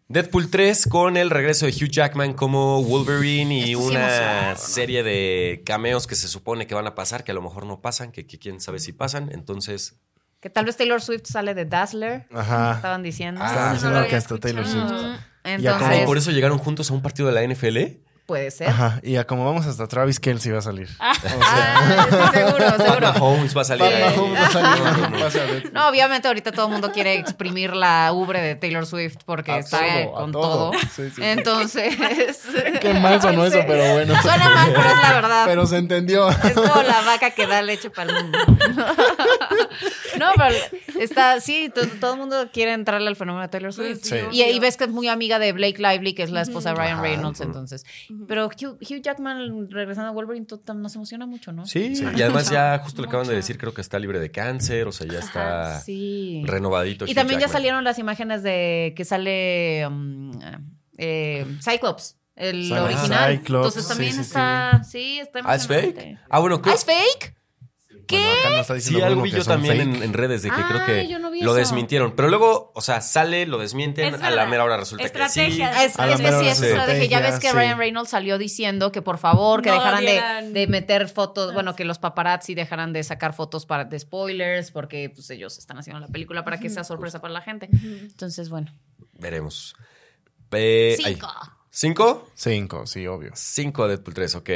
Deadpool 3 con el regreso de Hugh Jackman como Wolverine y
Esto sí
una
emocionaron.
serie de cameos que se supone que van a pasar, que a lo mejor no pasan, que, que quién sabe si pasan. Entonces,
Que tal vez Taylor Swift sale de Dazzler,
Ajá.
estaban diciendo.
Estaban
Ah,
diciendo
no lo
que
había
hasta Taylor
escuchado.
Swift. Ya
Mm,
como-
¿cómo
Entonces,
Ay,
por eso llegaron juntos a un partido de la NFL?
puede ser.
Ajá. Y a como vamos hasta Travis Kelsey va a salir.
Ah, sí, seguro,
Pat
seguro.
Mahomes va a salir.
Pat
ahí.
Mahomes va a
No, no, no.
salir.
No, obviamente ahorita todo el mundo quiere exprimir la ubre de Taylor Swift porque
A
está
todo,
eh,
a
con
todo.
todo.
Sí, sí.
Entonces,
Qué mal sonó eso, pero bueno.
suena mal, pero es la verdad.
Pero se entendió.
Es como la vaca que da leche para el mundo. No, pero está, sí, to- todo el mundo quiere entrarle al fenómeno de Taylor
Pues
Swift.
Sí.
Y, y ves que es muy amiga de Blake Lively, que es la esposa de Ryan
Ajá,
Reynolds,
ujú.
entonces. Pero Hugh, Hugh Jackman regresando a Wolverine to- tam- nos emociona mucho, ¿no?
Sí,
Sí.
y además
Mucho,
ya justo le acaban de
mucho.
decir, creo que está libre de cáncer, o sea, ya está
Sí.
renovadito.
Y
Hugh
también ya
Jackman.
salieron las imágenes de que sale um, mm, eh, Cyclops. el
Cyclops.
original.
Ah, Cyclops,
Entonces
sí,
también
sí,
está, sí. está
Ah, es fake.
emocionante.
Ah, bueno, creo
¿Ah, es fake? ¿Qué?
Bueno, acá no está diciendo
Sí,
lo
algo
mismo
vi
que
yo
son
también
fake.
en, en redes de que
Ah,
creo que
yo no vi
lo
eso.
desmintieron. Pero luego, o sea, sale, lo desmienten,
Es
a la
verdad.
mera hora resulta que sí.
Estrategia.
Es,
A la
es que
mera
sí,
hora
es
se
estrategia. Ya ves que
estrategia,
Ryan
sí.
Reynolds salió diciendo que por favor, que
No
dejaran de,
dieran-
de meter fotos, bueno, que los paparazzi dejaran de sacar fotos para, de spoilers, porque pues, ellos están haciendo la película para que sea sorpresa para la gente. Entonces, bueno.
Veremos. Eh, ay.
Cinco.
¿Cinco?
Cinco, sí, obvio.
Cinco a Deadpool 3, ok.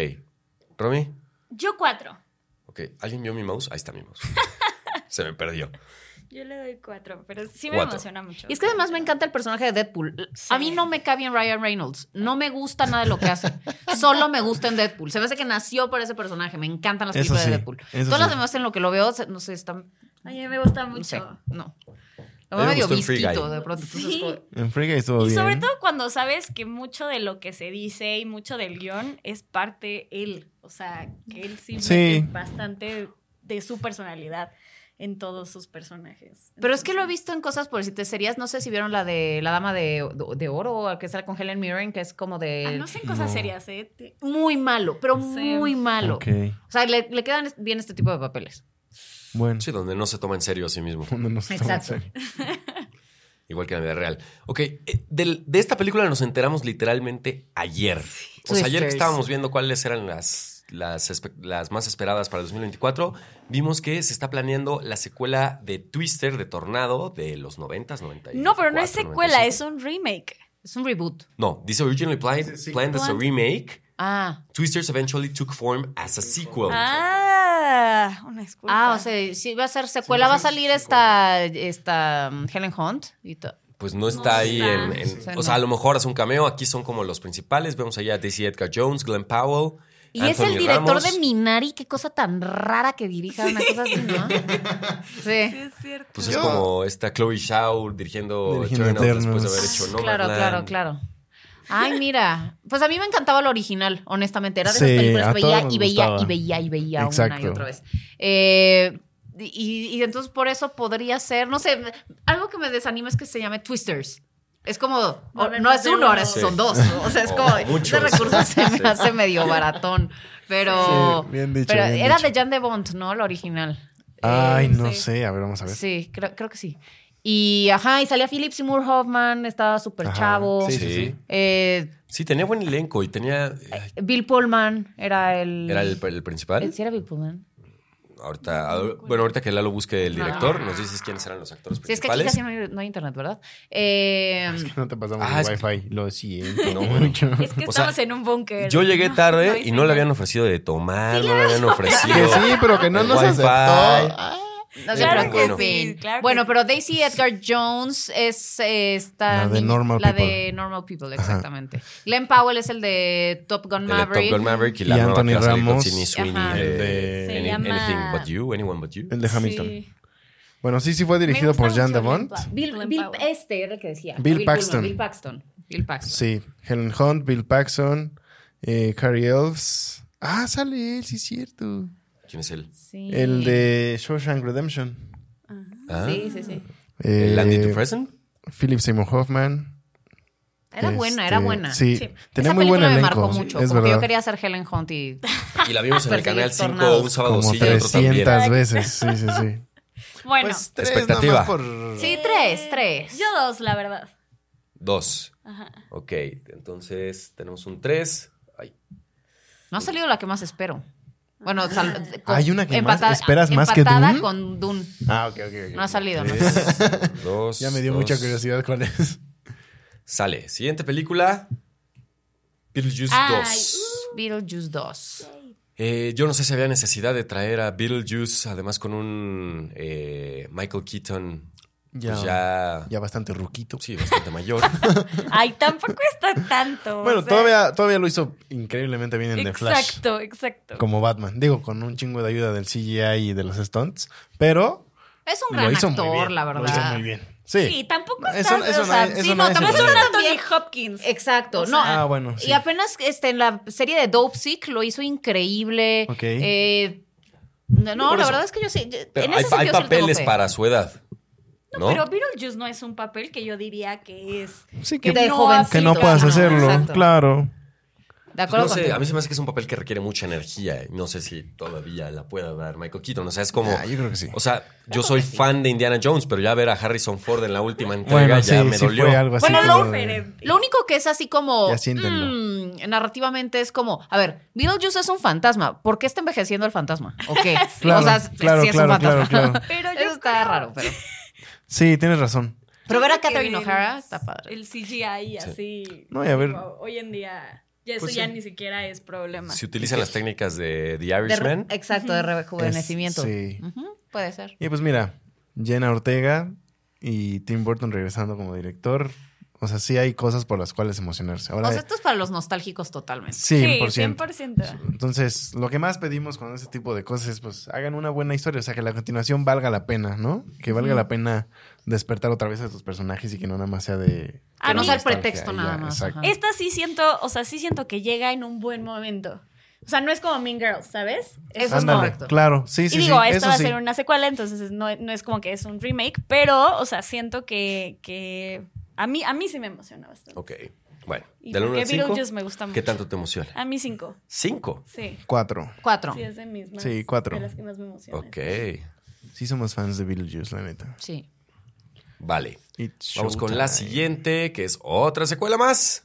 ¿Romy?
Yo cuatro.
Ok. ¿Alguien vio mi mouse? Ahí está mi mouse. Se me perdió.
Yo le doy cuatro, pero sí me
Cuatro.
emociona mucho.
Y es que además me encanta el personaje de Deadpool.
Sí.
A mí no me cae bien Ryan Reynolds. No me gusta nada de lo que hace. Solo me gusta en Deadpool. Se me hace que nació para ese personaje. Me encantan las
Eso
películas
sí,
de Deadpool.
eso
Todas las
sí.
demás en lo que lo veo, se- no sé, están.
A mí me gusta
No sé,
mucho.
no. Lo
A mí
veo
me
medio
gustó en Free
visquito
Guy.
de pronto. Entonces,
Sí.
como-
En Free Guy estuvo
Y
bien.
sobre todo cuando sabes que mucho de lo que se dice y mucho del guión es parte él. O sea, que él sí,
Sí.
mete bastante de su personalidad en todos sus personajes.
Pero es que lo he
Entonces,
visto en cosas por si te serías, no sé si vieron la de la dama de, de oro, que sale con Helen Mirren, que es como de...
ah, no sé en cosas
No.
serias, ¿eh? Te-
Muy malo, pero
Sí.
muy malo.
Ok,
O sea, le, le quedan bien este tipo de papeles.
bueno.
Sí, donde no se toma en serio a sí mismo.
Uno no se toma en
Exacto.
serio.
Igual que en la vida real. Ok, eh, del- de esta película nos enteramos literalmente ayer. O sea, ayer que
Twisters.
estábamos viendo cuáles eran las, las, espe- las más esperadas para el 2024, vimos que se está planeando la secuela de Twister, de Tornado, de los 90s, 90
No, pero no es secuela, es un remake.
Es un reboot.
No, dice originally planned, planned as a remake.
Ah,
Twisters eventually took form as a sequel.
Ah, una disculpa.
ah o sea, sí va a ser secuela, va a salir esta, esta um, Helen Hunt. Y to-
Pues no está
No
ahí
está.
en, en-
O sea,
O sea, a
no.
lo mejor hace un cameo. Aquí son como los principales. Vemos allá a Daisy Edgar Jones, Glenn Powell.
Y es
Anthony
el director
Ramos.
de Minari, qué cosa tan rara que dirija una cosa así, ¿no?
Sí,
Sí.
es cierto.
Pues es como esta Chloe Shaw dirigiendo
Dirigiendo
Eternals después de
Eternals.
haber hecho
Claro,
Nomadland.
claro, claro. Ay, mira. Pues a mí me encantaba lo original, honestamente. Era de esas
Sí,
películas
a
que veía
todos
y
nos
veía
gustaba.
y veía y veía una y
Exacto.
otra vez. Eh, y, y entonces por eso podría ser, no sé, algo que me desanima es que se llame Twisters. Es como, o-
Volvernos
no es
de
uno,
uno.
ahora son
Sí.
dos. ¿no? O sea, es
O
como, ese
muchos.
recurso se me
Sí.
hace medio baratón. Pero,
Sí, bien dicho,
pero
bien
era
dicho.
de Jan de Bond, ¿no? La original.
Ay,
Eh,
no
sí.
sé. A ver, vamos a ver.
Sí, creo, creo que sí. Y ajá, y salía Philip Seymour Hoffman, estaba súper
Ajá.
chavo.
Sí, sí,
Sí.
sí.
Eh,
Sí, tenía buen elenco y tenía... ay,
Bill Pullman era el. Eh,
¿Era el, el principal?
Sí, era Bill Pullman.
Ahorita, ahor- bueno, ahorita que Lalo busque el
No.
director, nos dices quiénes eran los actores
Sí, es que aquí
principales.
casi no hay, no hay internet, ¿verdad? Eh,
No te pasamos
Ah,
el
es
wifi. Lo siento.
No,
mucho.
Es que
o sea,
estamos en un búnker.
Yo llegué
No,
tarde
no hay
y no le
señal.
habían ofrecido de tomar, no le habían ofrecido...
Que sí, pero que no
el
nos
wifi.
aceptó. Ah.
no se
Claro Ah, que
preocupen.
sí, claro que
bueno,
sí.
pero Daisy Edgar Jones es eh, esta.
La de
niña-
Normal
la
People.
de Normal People, exactamente. Glenn Powell es el de Top Gun
el de
Maverick.
Top Gun Maverick y,
Y
la nueva
Anthony
que va a salir con
Ramos.
Sydney Sweeney
Ajá.
de
El de-
Se
Any-
llama-
Anything But You, Anyone But You.
El de Hamilton.
Sí.
Bueno, sí, sí fue dirigido
Me gusta
por Jan
mucho
DeBont.
Glenn Powell.
Bill,
Glenn
Bill-
Powell.
este era el que decía.
Bill
Pullman,
Paxton.
Bill Paxton. Bill Paxton.
Sí. Helen Hunt, Bill Paxton, eh, Carrie Elves. Ah, sale él, sí es cierto.
¿Quién es él?
Sí.
El de Shawshank Redemption.
Ah,
Sí, sí, sí.
¿El Andy
Eh,
Dufresne?
Philip Seymour Hoffman.
Era buena, era
Este,
buena.
Sí,
Sí.
tenía
Esa
muy buen
película
elenco.
me marcó mucho.
es
como que
verdad.
yo quería ser Helen Hunt y.
Y la vimos en el
Perseguir
Canal 5
tornados.
un sábado
Como
sí y otro
300
también.
veces. Sí, Pues sí, sí.
Bueno, eh,
tres Expectativa. nomás
Sí, tres, tres.
yo dos, la verdad.
Dos.
Ajá.
Ok, entonces tenemos un 3.
No ha salido la que más espero. Bueno, sal- con-
Hay una que más esperas más que
empatada
Dune.
con Dune.
Ah, ok, ok, ok.
No ha salido, ¿no?
Dos.
Ya me dio
dos. Pues
mucha curiosidad cuál es.
Sale. Siguiente película. Beetlejuice
Ay,
2.
Beetlejuice 2.
Eh, yo no sé si había necesidad de traer a Beetlejuice, además con un eh, Michael Keaton. pues Ya.
Ya. Ya bastante ruquito.
Sí, bastante mayor.
Ay, tampoco está tanto.
Bueno,
o sea,
todavía, todavía lo hizo increíblemente bien en The Flash.
Exacto, exacto.
Como Batman. Digo, con un chingo de ayuda del CGI y de los stunts. Pero
Es un
lo
gran
hizo muy
actor,
bien.
la
Lo hizo
verdad.
muy bien. Sí.
Sí, tampoco
Eso-
está.
eso
o sea,
no es-
sí,
eso
no,
es
tampoco es un
sorpresa.
Anthony Hopkins.
Exacto.
O
No,
ah, bueno. sí.
Y apenas este, en la serie de Dope Sick lo hizo increíble.
Ok.
Eh, no, no,
Por
la
eso.
verdad es que yo sí. yo- en
Pero hay,
ese
hay
sentido sí le tengo
papeles
fe.
para su edad. ¿No?
Pero Beetlejuice no es un papel que yo diría que es.
Sí,
que
que,
de
no
jovencito.
que no puedas
Ajá,
hacerlo.
exacto.
Claro.
De acuerdo
no sé,
contigo.
a mí se me hace que es un papel que requiere mucha energía. No sé si todavía la pueda dar Michael Keaton. O sea, es como.
Ah, yo creo que sí.
O sea, yo soy fan de Indiana Jones, pero ya ver a Harrison Ford en la última entrega
Bueno,
ya
sí,
me
sí
dolió.
fue algo así.
Bueno,
como
lo-
de-
Lo único que es así como
Ya siéntenlo.
mm, narrativamente es como, a ver, Beetlejuice es un fantasma. ¿Por qué está envejeciendo el fantasma? ¿O qué?
Claro,
o sea,
claro,
sí es
claro,
un
claro,
fantasma.
claro.
Pero
Eso
yo
está
creo-
raro, pero.
Sí, tienes razón.
Pero ver a
Creo que
Catherine
el-
O'Hara está padre.
El CGI así.
No, y a ver-
wow, hoy en día, ya eso
Pues
ya
sí.
ni siquiera es problema.
Si utilizan las técnicas de The
De re-
Irishman.
exacto, de rejuvenecimiento.
Es- sí.
Ujú, puede ser.
Y pues mira, Jenna Ortega y Tim Burton regresando como director. O sea, sí hay cosas por las cuales emocionarse. Ahora,
O sea, esto es para los nostálgicos totalmente.
100%.
Sí, 100%.
Pues, Entonces, lo que más pedimos con ese tipo de cosas es, pues, hagan una buena historia. O sea, que la continuación valga la pena, ¿no? Que valga la pena despertar otra vez a tus personajes y que no nada más sea de...
A
que
mí-
no
sea
el pretexto nada más, ajá.
Esta sí siento, o sea, sí siento que llega en un buen momento. O sea, no es como Mean Girls, ¿sabes?
Eso es
Ándale,
correcto.
claro. Sí, sí,
y digo,
sí.
esta
eso
va a
sí.
ser una secuela, entonces no, no es como que es un remake, pero, o sea, siento que, que a, mí, a mí sí me emociona bastante.
Ok. Bueno,
Y
del 1
porque
al 5.
Beetlejuice me gusta mucho.
¿Qué tanto te emociona?
A mí cinco,
Cinco.
sí.
Cuatro.
Cuatro.
Sí, es de mis más-
Sí, cuatro.
De las que más me emocionan.
Ok.
Sí somos fans de Beetlejuice, la neta.
Sí.
Vale.
It's
Vamos con la
showtime.
siguiente, que es otra secuela más.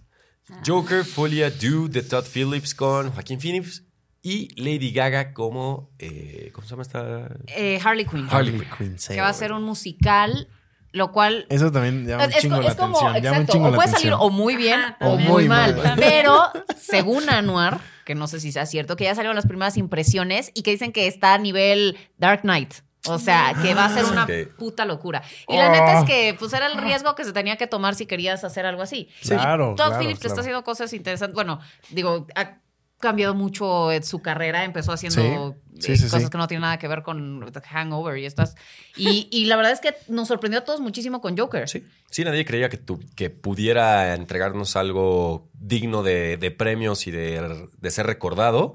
Ah.
Joker Folia Do de Todd Phillips con Joaquín Phoenix y Lady Gaga como... eh, ¿Cómo se llama esta?
Eh, Harley Quinn.
Harley
Harley
Quinn.
Quinn, sí.
que va a ser un musical, lo cual
Eso también llama un
es,
chingo
es
la
como,
atención. Llama un
exacto,
chingo
o
la
puede salir
atención.
o muy bien
Ajá,
o
también.
muy
Muy
mal.
mal.
Pero según Anuar, que no sé si sea cierto, que ya salieron las primeras impresiones y que dicen que está a nivel Dark Knight. O sea, que va a ser una
Ok.
puta locura. Y la
Oh.
neta es que pues era el riesgo que se tenía que tomar si querías hacer algo así.
Sí. Claro,
Todd
claro,
Phillips está
claro.
haciendo cosas interesantes. Bueno, digo, ha cambiado mucho eh, su carrera, empezó haciendo
Sí, sí,
eh,
sí,
cosas
sí.
que no tienen nada que ver con Hangover y estas. Y, y la verdad es que nos sorprendió a todos muchísimo con Joker.
Sí. Sí, nadie creía que, tu- que pudiera entregarnos algo digno de, de premios y de, de ser recordado.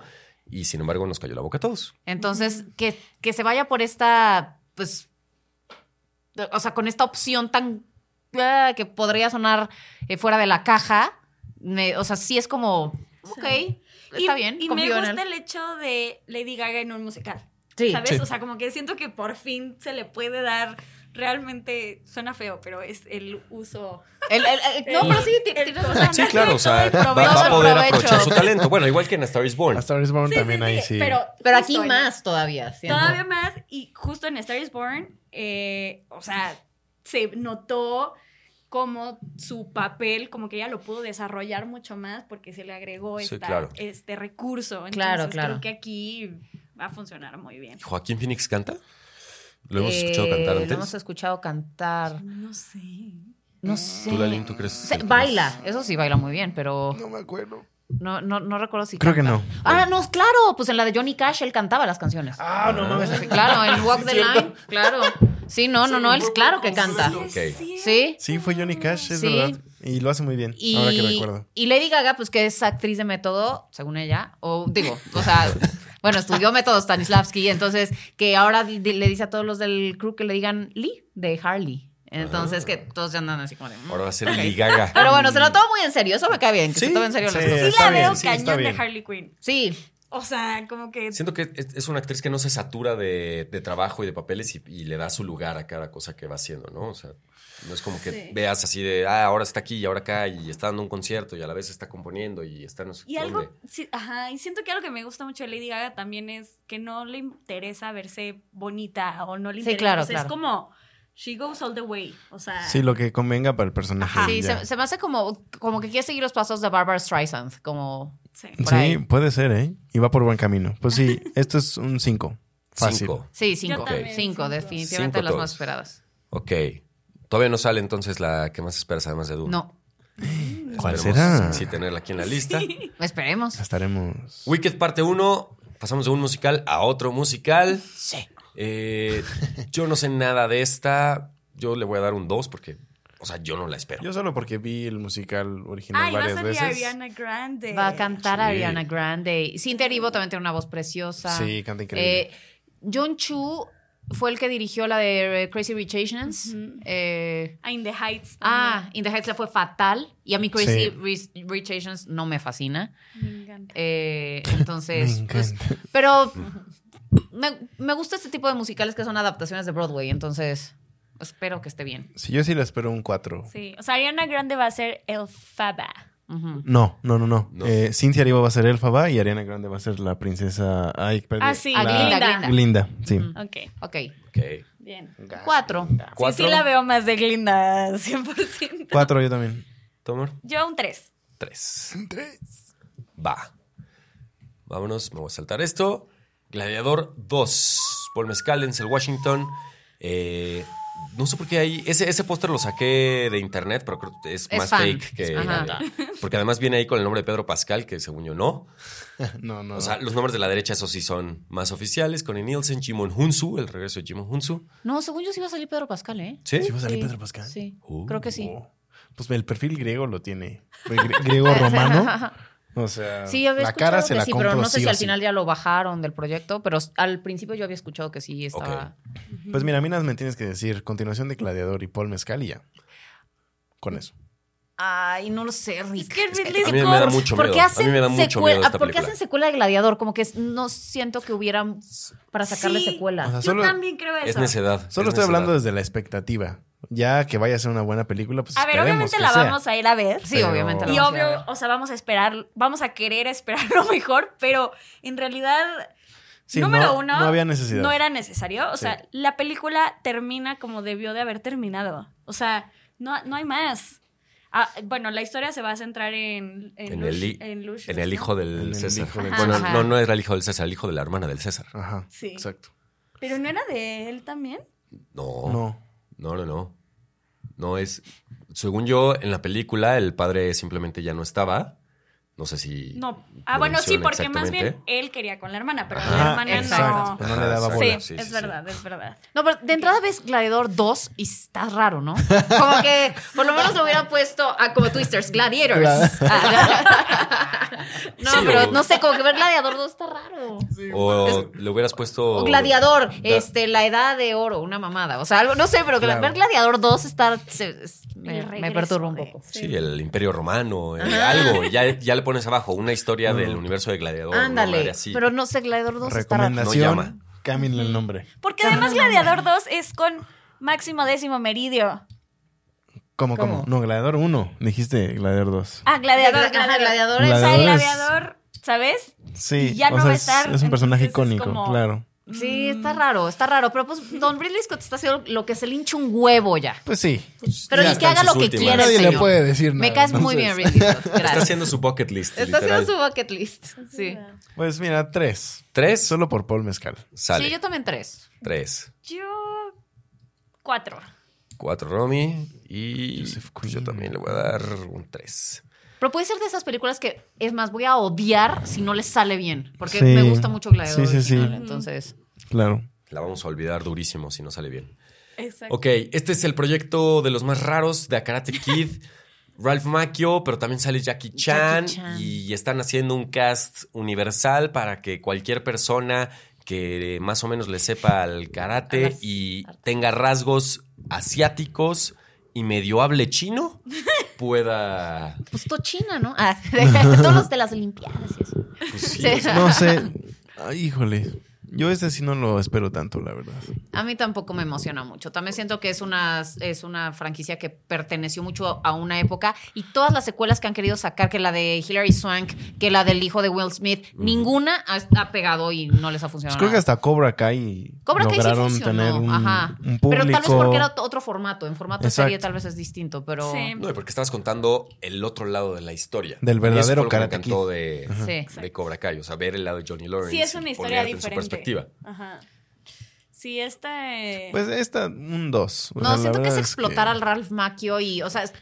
Y sin embargo nos cayó la boca a todos.
Entonces, que, que se vaya por esta, pues, de- o sea, con esta opción tan ah, que podría sonar eh, fuera de la caja, me- o sea, sí es como, ok, está
y,
bien,
Y me
confío en
gusta
él.
el hecho de Lady Gaga en un musical.
Sí.
¿Sabes?
Sí.
O sea, como que siento que por fin se le puede dar realmente. Suena feo, pero es el uso.
El- el- el- no,
el-
pero sí, ti-
el
tienes
programa.
razón.
Sí, claro, o sea,
Todo el
va,
provecho.
va a poder
Provecho.
aprovechar su talento. Bueno, igual que en A Star is Born.
A Star is Born
Sí, sí,
también ahí sí.
Pero,
Pero
justo
aquí
en-
más todavía, siento.
Todavía más, y justo en Star is Born, eh, o sea, se notó como su papel, como que ella lo pudo desarrollar mucho más porque se le agregó
Sí,
esta-
claro.
este recurso. Entonces,
Claro, claro.
creo que aquí va a funcionar muy bien.
Joaquín Phoenix canta. Lo hemos
Eh,
escuchado cantar
Lo hemos
antes.
escuchado cantar.
No sé.
No sé.
¿Tú, Lalín, tú crees?
O sea, baila, eso sí baila muy bien, pero
No me acuerdo.
no, no, no recuerdo si
Creo que
canta.
no.
Ah, no, claro, pues en la de Johnny Cash él cantaba las canciones.
Ah, no mames.
Sí, Pues, claro, en Walk the Line, claro. Sí, no, no, no, él claro que canta.
Ok.
Sí.
Sí, fue Johnny Cash, es
Sí.
verdad. Y lo hace muy bien.
Y,
Ahora que recuerdo.
y Lady Gaga, pues que es actriz de método, según ella, o digo, o sea, bueno, estudió método Stanislavski, entonces que ahora di- di- le dice a todos los del crew que le digan Lee de Harley. Entonces que todos ya andan así como de, mm.
Ahora va a ser Lady Gaga.
Pero bueno, se lo toma muy en serio, eso me cae bien, que se
Sí,
tome en serio las
sí.
cosas.
Sí
Está
la
bien,
veo
sí, está
cañón de
bien.
Harley Quinn.
Sí,
O sea, como que
Siento que es es una actriz que no se satura de, de trabajo y de papeles y, y le da su lugar a cada cosa que va haciendo, ¿no? O sea, no es como que
Sí.
veas así de, ah, ahora está aquí y ahora acá y está dando un concierto y a la vez está componiendo y está no sé
Y
dónde.
algo, sí, ajá, y siento que algo que me gusta mucho de Lady Gaga también es que no le interesa verse bonita o no le
Sí,
interesa.
claro,
o sea,
claro.
Es como, she goes all the way. O sea,
Sí, lo que convenga para el personaje.
Ajá.
y
sí,
Ah, ya.
se, se me hace como, como que quiere seguir los pasos de Barbara Streisand, como
sí.
por
Sí,
ahí.
puede ser, ¿eh? Y va por buen camino. Pues sí, esto es un 5. Fácil.
Cinco.
Sí, cinco.
Yo también,
Cinco,
cinco.
Cinco
definitivamente de las más
todos.
esperadas.
Ok. Todavía no sale entonces la que más esperas, además de Dune.
No,
¿Cuál
Esperemos
será?
Sí, tenerla aquí en la lista.
esperemos.
Estaremos.
Wicked parte 1. Pasamos de un musical a otro musical.
Sí.
Eh, yo no sé nada de esta. Yo le voy a dar un 2 porque, o sea, yo no la espero.
Yo solo porque vi el musical original
Ay, va a
varias
salir
veces.
Ariana Grande.
Va a cantar
Sí.
Ariana Grande. Cintia Erivo también tiene una voz preciosa.
eh,
Sí, canta increíble.
Eh, John Chu, fue el que dirigió la de eh, Crazy Rich Asians.
Ujú.
Eh,
Ah, In the Heights.
ah,
también.
In the Heights le fue fatal. Y a mí Crazy
Sí.
Rich, Rich Asians no me fascina.
Me encanta.
Eh,
Me
entonces, pues,
encanta.
pero me, me gusta este tipo de musicales que son adaptaciones de Broadway. Entonces, espero que esté bien.
Sí, yo sí le espero un 4.
Sí. O sea, Ariana Grande va a ser Elphaba.
Ujú.
No, no, no, no.
No.
Eh, Cintia Ariba va a ser Elfaba y Ariana Grande va a ser la princesa. Ay, perdí.
Ah, sí,
Ah,
la-
Glinda,
Glinda.
Glinda, sí.
Mm.
Ok,
Ok,
Ok.
bien.
cuatro.
¿Cuatro?
Sí, sí la veo más de Glinda, 100%.
Cuatro, yo también.
Tomar.
Yo un 3.
Tres. Va. Vámonos, me voy a saltar esto. Gladiador 2. Paul Mescal, Denzel Washington. Eh, no sé por qué ahí. Ese, ese póster lo saqué de internet, pero creo que es,
Es
más
fan.
fake que.
Ajá.
Porque además viene ahí con el nombre de Pedro Pascal, que según yo no.
No, no.
O sea, los nombres de la derecha, esos sí son más oficiales. Connie Nielsen, Jimon Hunsu, el regreso de Jimon Hunsu.
No, según yo sí iba a salir Pedro Pascal, ¿eh?
¿Sí?
¿Sí pues, va a salir
Sí,
Pedro Pascal?
Sí,
Uh,
creo que sí.
Oh. Pues el perfil griego lo tiene. El gre- griego romano. O sea,
Sí, yo había
la
escuchado
cara se
que
la
sí,
compro
pero no sé
sí
si
o
al
sí.
final ya lo bajaron del proyecto, pero s- al principio yo había escuchado que sí estaba.
Pues mira, a mí nada más me tienes que decir continuación de Gladiador y Paul Mezcal y ya. Con eso.
Ay, no lo sé, Rick.
Es que Ridley
A mí me
Scott-
da mucho
¿Por
miedo.
qué hacen
a mí me da mucho
secuela-
miedo esta
¿Por qué
película.
hacen secuela de Gladiador? Como que no siento que hubieran para sacarle
Sí.
secuela.
O sea,
Yo
solo,
también creo eso.
Es necedad.
solo
es
estoy
necedad.
hablando desde la expectativa. Ya que vaya a ser una buena película, pues
a ver,
esperemos
obviamente
que
la
sea.
vamos a ir a ver.
sí,
pero-
obviamente. la
Y
vamos a ir a ver.
obvio, o sea, vamos a esperar, vamos a querer esperar lo mejor, pero en realidad,
Sí,
número
no-
uno,
no había necesidad.
No era necesario. O
Sí.
sea, la película termina como debió de haber terminado. O sea, no, no hay más. Ah, bueno, la historia se va a centrar en, en,
En
Lush-
el, hi-
en Lucius,
en el
¿no?
hijo
En
del
el
César.
hijo del
bueno,
César.
no, no era el hijo del César, el hijo de la hermana del César.
Ajá.
Sí.
Exacto.
Pero no era de él también.
No. No,
No.
no, no. No, es. Según yo, en la película, el padre simplemente ya no estaba. No sé si.
No. Ah,
lo
bueno, sí,
menciona
porque más bien
exactamente.
él quería con la hermana, pero
Ajá,
la hermana
exacto.
no.
Pero Ah, Pues no le daba
Ajá,
bola.
Sí,
exacto. Sí,
es
sí, sí.
verdad, es verdad.
No, pero de entrada ves Gladiador 2 y está raro, ¿no? Como que por lo menos lo hubiera puesto ah, como Twisters, Gladiators. Ah, no,
Sí,
pero
o-
no sé, como que ver Gladiador 2 está raro.
O le hubieras puesto.
O Gladiador,
Da-
este, la edad de oro, una mamada. O sea, algo, no sé, pero que
Claro.
ver Gladiador 2 está. se- es-
El
me, me
regreso
perturba un
de-
poco.
Sí, el Imperio Romano, eh, algo. Ya, ya le pones abajo una historia
No.
del universo de Gladiador. una
Ándale.
madre así.
Pero no sé, Gladiador 2 está raro.
Recomendación.
No llama.
cámbienle el nombre.
Porque además Gladiador 2 es con máximo décimo meridio.
¿Cómo, cómo?
¿Cómo?
No, Gladiador 1. Dijiste Gladiador 2.
Ah, Gladiador.
Ajá, Gladiador
O sea, el
Gladiador es-
gladiador, ¿sabes?
Sí.
y ya
o
no
sea,
va a
es-
estar,
Es, un personaje
entonces es
icónico,
como-
claro.
Sí, está raro, está raro. Pero pues Don Ridley Scott está haciendo lo que se le hincha un huevo ya.
Pues sí.
Pero
Ya
ni que
están
haga lo
sus
que
últimas.
quiera. el
Nadie le
señor.
puede decir nada.
Me caes muy bien,
entonces,
Ridley Scott.
Está
Gracias.
haciendo su bucket list.
Está haciendo
literal.
su bucket list. Sí.
Pues mira, tres.
Tres, solo
Solo por Paul Mezcal.
sale.
Sí, yo también tres.
Tres.
Yo. Cuatro.
Cuatro Romy. Y
Joseph
pues, yo
Quinn.
también le voy a dar un tres.
Pero puede ser de esas películas que, es más, voy a odiar si no les sale bien. Porque
Sí.
me gusta mucho Gladiador.
Sí, sí, sí.
original, Entonces,
Claro.
La vamos a olvidar durísimo si no sale bien.
Exacto.
Ok, este es el proyecto de los más raros de A Karate Kid. Ralph Macchio, pero también sale Jackie Chan,
Jackie Chan.
y están haciendo un cast universal para que cualquier persona que más o menos le sepa al
A
karate
las
y
artes.
tenga rasgos asiáticos y medio hable chino pueda
pues China, ¿no? Ah, todos los de las Olimpiadas. y eso.
pues, sí,
Sí.
No sé. Ay, híjole. Yo este sí no lo espero tanto, la verdad. Pues
A mí tampoco me emociona mucho. También siento que es una, es una franquicia que perteneció mucho a una época y todas las secuelas que han querido sacar, que la de Hilary Swank, que la del hijo de Will Smith, ninguna ha, ha pegado y no les ha
Pues
funcionado.
creo que
nada.
hasta Cobra Kai
Cobra Kai sí
lograron
funcionó,
tener un,
ajá.
un
Pero
público.
tal vez porque era otro formato. En formato
Exacto.
serie tal vez es distinto, pero...
Sí.
No, y porque estabas contando el otro lado de la historia.
Del
Y eso fue
verdadero
lo que me
Karate
encantó de,
Sí.
de Cobra Kai, o sea, ver el lado de Johnny Lawrence.
Sí, es
y
una historia
ponerte en su
diferente.
perspectiva.
Ajá. Sí, esta. eh,
Pues esta, un 2.
No, siento que es explotar al Ralph Macchio y, o sea, es-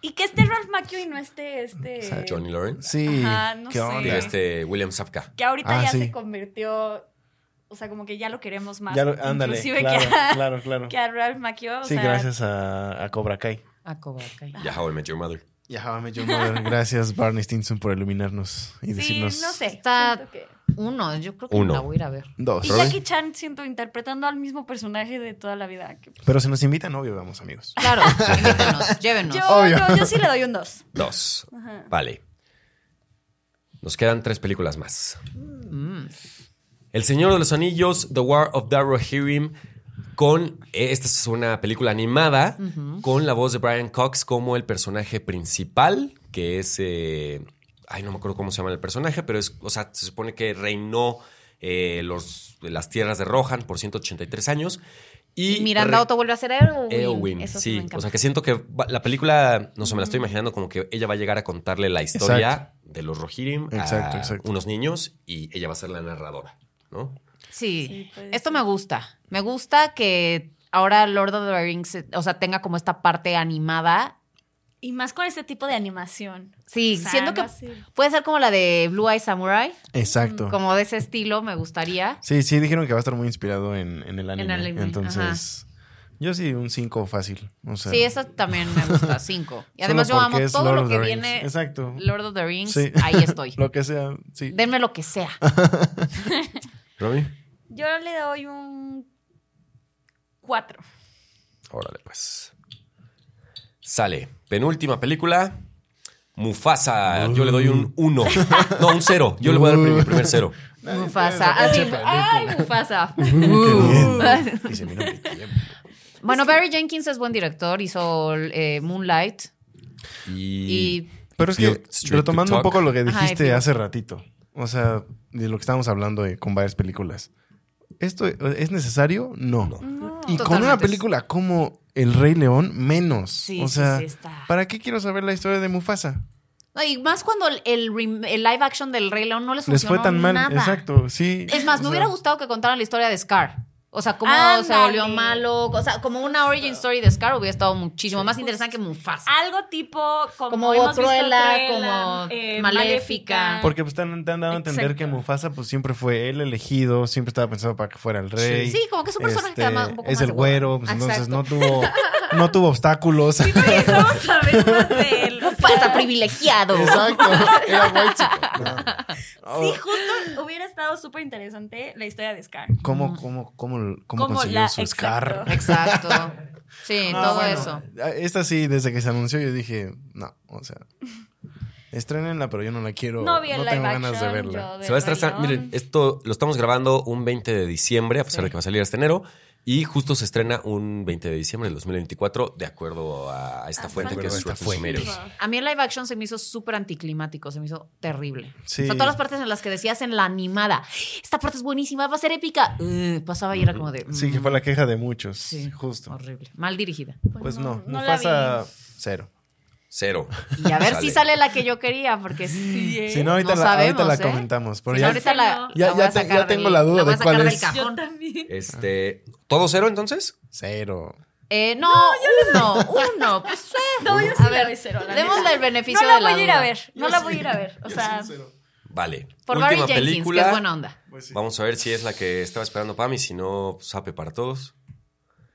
y que este Ralph Macchio y no este. este
sea,
Johnny Lawrence
Sí.
Ajá, no
¿qué
sé.
y
onda?
este William Sapka.
Que ahorita
Ah,
ya
sí.
se convirtió. O sea, como que ya lo queremos más.
Ya lo- ándale.
inclusive
Claro,
que, a,
claro, claro.
que a Ralph Macchio. o
Sí,
sea,
gracias a, a Cobra Kai.
Ah, Cobra Kai.
Ya How I Met Your Mother.
Ya, How I Met Your Mother. Gracias, Barney Stinson, por iluminarnos y
Sí,
decirnos.
no sé.
Está-
siento que-
Uno, yo creo que
Uno.
la voy a ir a ver.
Dos.
Y Jackie Chan, siento, interpretando al mismo personaje de toda la vida. que-
Pero si nos invitan, obvio, vamos, amigos.
Claro, llévenos, llévenos.
Yo,
Obvio.
yo- yo sí le doy un 2.
Dos. Vale. Nos quedan tres películas más. El Señor de los Anillos, The War of the Rohirrim, con... eh, Esta es una película animada con la voz de Brian Cox como el personaje principal, que es... eh, ay, no me acuerdo cómo se llama el personaje, pero es... O sea, se supone que reinó eh, los, las tierras de Rohan por 183 años. Y
Miranda
re-
Otto vuelve a ser Erwin.
Eowyn,
Eso sí,
sí.
me encanta.
o sea, que siento que va- la película, no sé, me la estoy imaginando como que ella va a llegar a contarle la historia
Exacto.
de los Rohirrim
Exacto,
a
exacto.
unos niños y ella va a ser la narradora, ¿no?
Sí,
Sí, puede
esto
ser.
me gusta. Me gusta que ahora Lord of the Rings, eh, o sea, tenga como esta parte animada.
Y más con este tipo de animación.
Sí,
O sea,
siento que
no sé.
puede ser como la de Blue Eye Samurai,
Exacto.
como de ese estilo, me gustaría.
Sí, sí, dijeron que va a estar muy inspirado en, en el anime.
anime,
Entonces, yo sí, un 5 fácil. O sea,
Sí, eso también me gusta, cinco. Y
solo
además yo
porque
amo
es
todo
Lord
lo
of the
que
Rings.
viene
Exacto.
Lord of the Rings,
Sí.
ahí estoy.
Lo que sea, sí.
Denme lo que sea.
¿Romy?
Yo le doy un 4.
Órale, pues. Sale. Penúltima película. Mufasa. Yo le doy un 1. No, un 0. Yo le voy a dar mi primer, cero.
Mufasa. Así, ay, Mufasa. Uh.
Y se mira muy bien.
bueno, Barry Jenkins es buen director, hizo eh, Moonlight
Y,
y
Pero es
Guild
que,
Street
retomando
Talk.
un poco lo que
Ajá,
dijiste
Guild.
hace ratito, o sea, de lo que estábamos hablando de- con varias películas. ¿Esto es necesario? No. Y con una
Totalmente.
película como El Rey León, menos.
Sí,
o
sí,
sea,
sí, está.
¿para qué quiero saber la historia de Mufasa?
No, y más cuando el, el rem- el live action del Rey León no les
Les
funcionó
fue tan mal.
nada.
Exacto, sí.
Es más,
O
me
sea,
hubiera gustado que contaran la historia de Scar. O sea, cómo se
Ándale.
volvió malo. O sea, como una origin story de Scar hubiera estado muchísimo más interesante que Mufasa.
Algo tipo como,
Como
hemos visto
Cruella,
Cruella,
como
eh,
Maléfica.
Porque pues te han, te han dado a entender
Exacto.
que Mufasa pues siempre fue el elegido, siempre estaba pensado para que fuera el rey. Este,
Sí, como que es un personaje que además un poco
es
más
el
de
güero,
hueva.
pues entonces
Exacto.
no tuvo, no tuvo obstáculos.
Oye, vamos a ver más de él.
Mufasa privilegiado.
Exacto. Era white chico. Ah.
Sí, justo hubiera estado súper interesante la historia de Scar.
¿Cómo, cómo, cómo, cómo
Como
consiguió
la-
su Scar?
exacto. Ah,
Exacto. Sí,
No,
todo
Ah, bueno,
eso.
Esta sí, desde que se anunció yo dije, no, o sea, estrenenla, pero yo no la quiero.
No
No,
vi el live
tengo ganas de
action,
verla.
yo de
se va a
Rey
estrenar.
León.
Miren, esto lo estamos grabando un 20 de diciembre, a pesar de que va a salir este enero. Y justo se estrena un 20 de diciembre del 2024, de acuerdo a esta
Ah,
fuente que
acuerdo
es
a esta
Rotten
fuente.
Tomatoes.
Wow.
A mí el live action se me hizo súper anticlimático, se me hizo terrible.
Sí.
O sea, todas las partes en las que decías en la animada, esta parte es buenísima, va a ser épica. eh, pasaba y era como de.
Sí, que
mm,
fue la queja de muchos.
Sí.
Justo.
Horrible. Mal dirigida.
Pues no,
no
no,
la
pasa
vi.
cero.
Cero.
Y a ver si sale la que yo quería, porque sí.
¿eh?
Si no, ahorita
No
la, ahorita
sabemos,
la
¿eh?
comentamos. Pero
Si no,
ya,
ahorita la,
ya-
la voy a
ya te-
sacar
ya tengo
del-
la duda
voy a
de
sacar
cuál
del
es.
Yo
cajón.
Eh,
también.
Este, ¿Todo cero entonces?
cero.
Pues
Eh, no, uno, uno. Pues, eh,
No, yo sí
a
le doy
ver,
cero, la
démosle
neta.
el
no
beneficio de la
la voy a ir a
duda.
ver, no la voy a ir a ver. O sea,
Vale.
Por Barry
Última
Jenkins,
película.
que es buena onda.
Vamos a ver si es la que estaba esperando Pami, si no, sape para todos.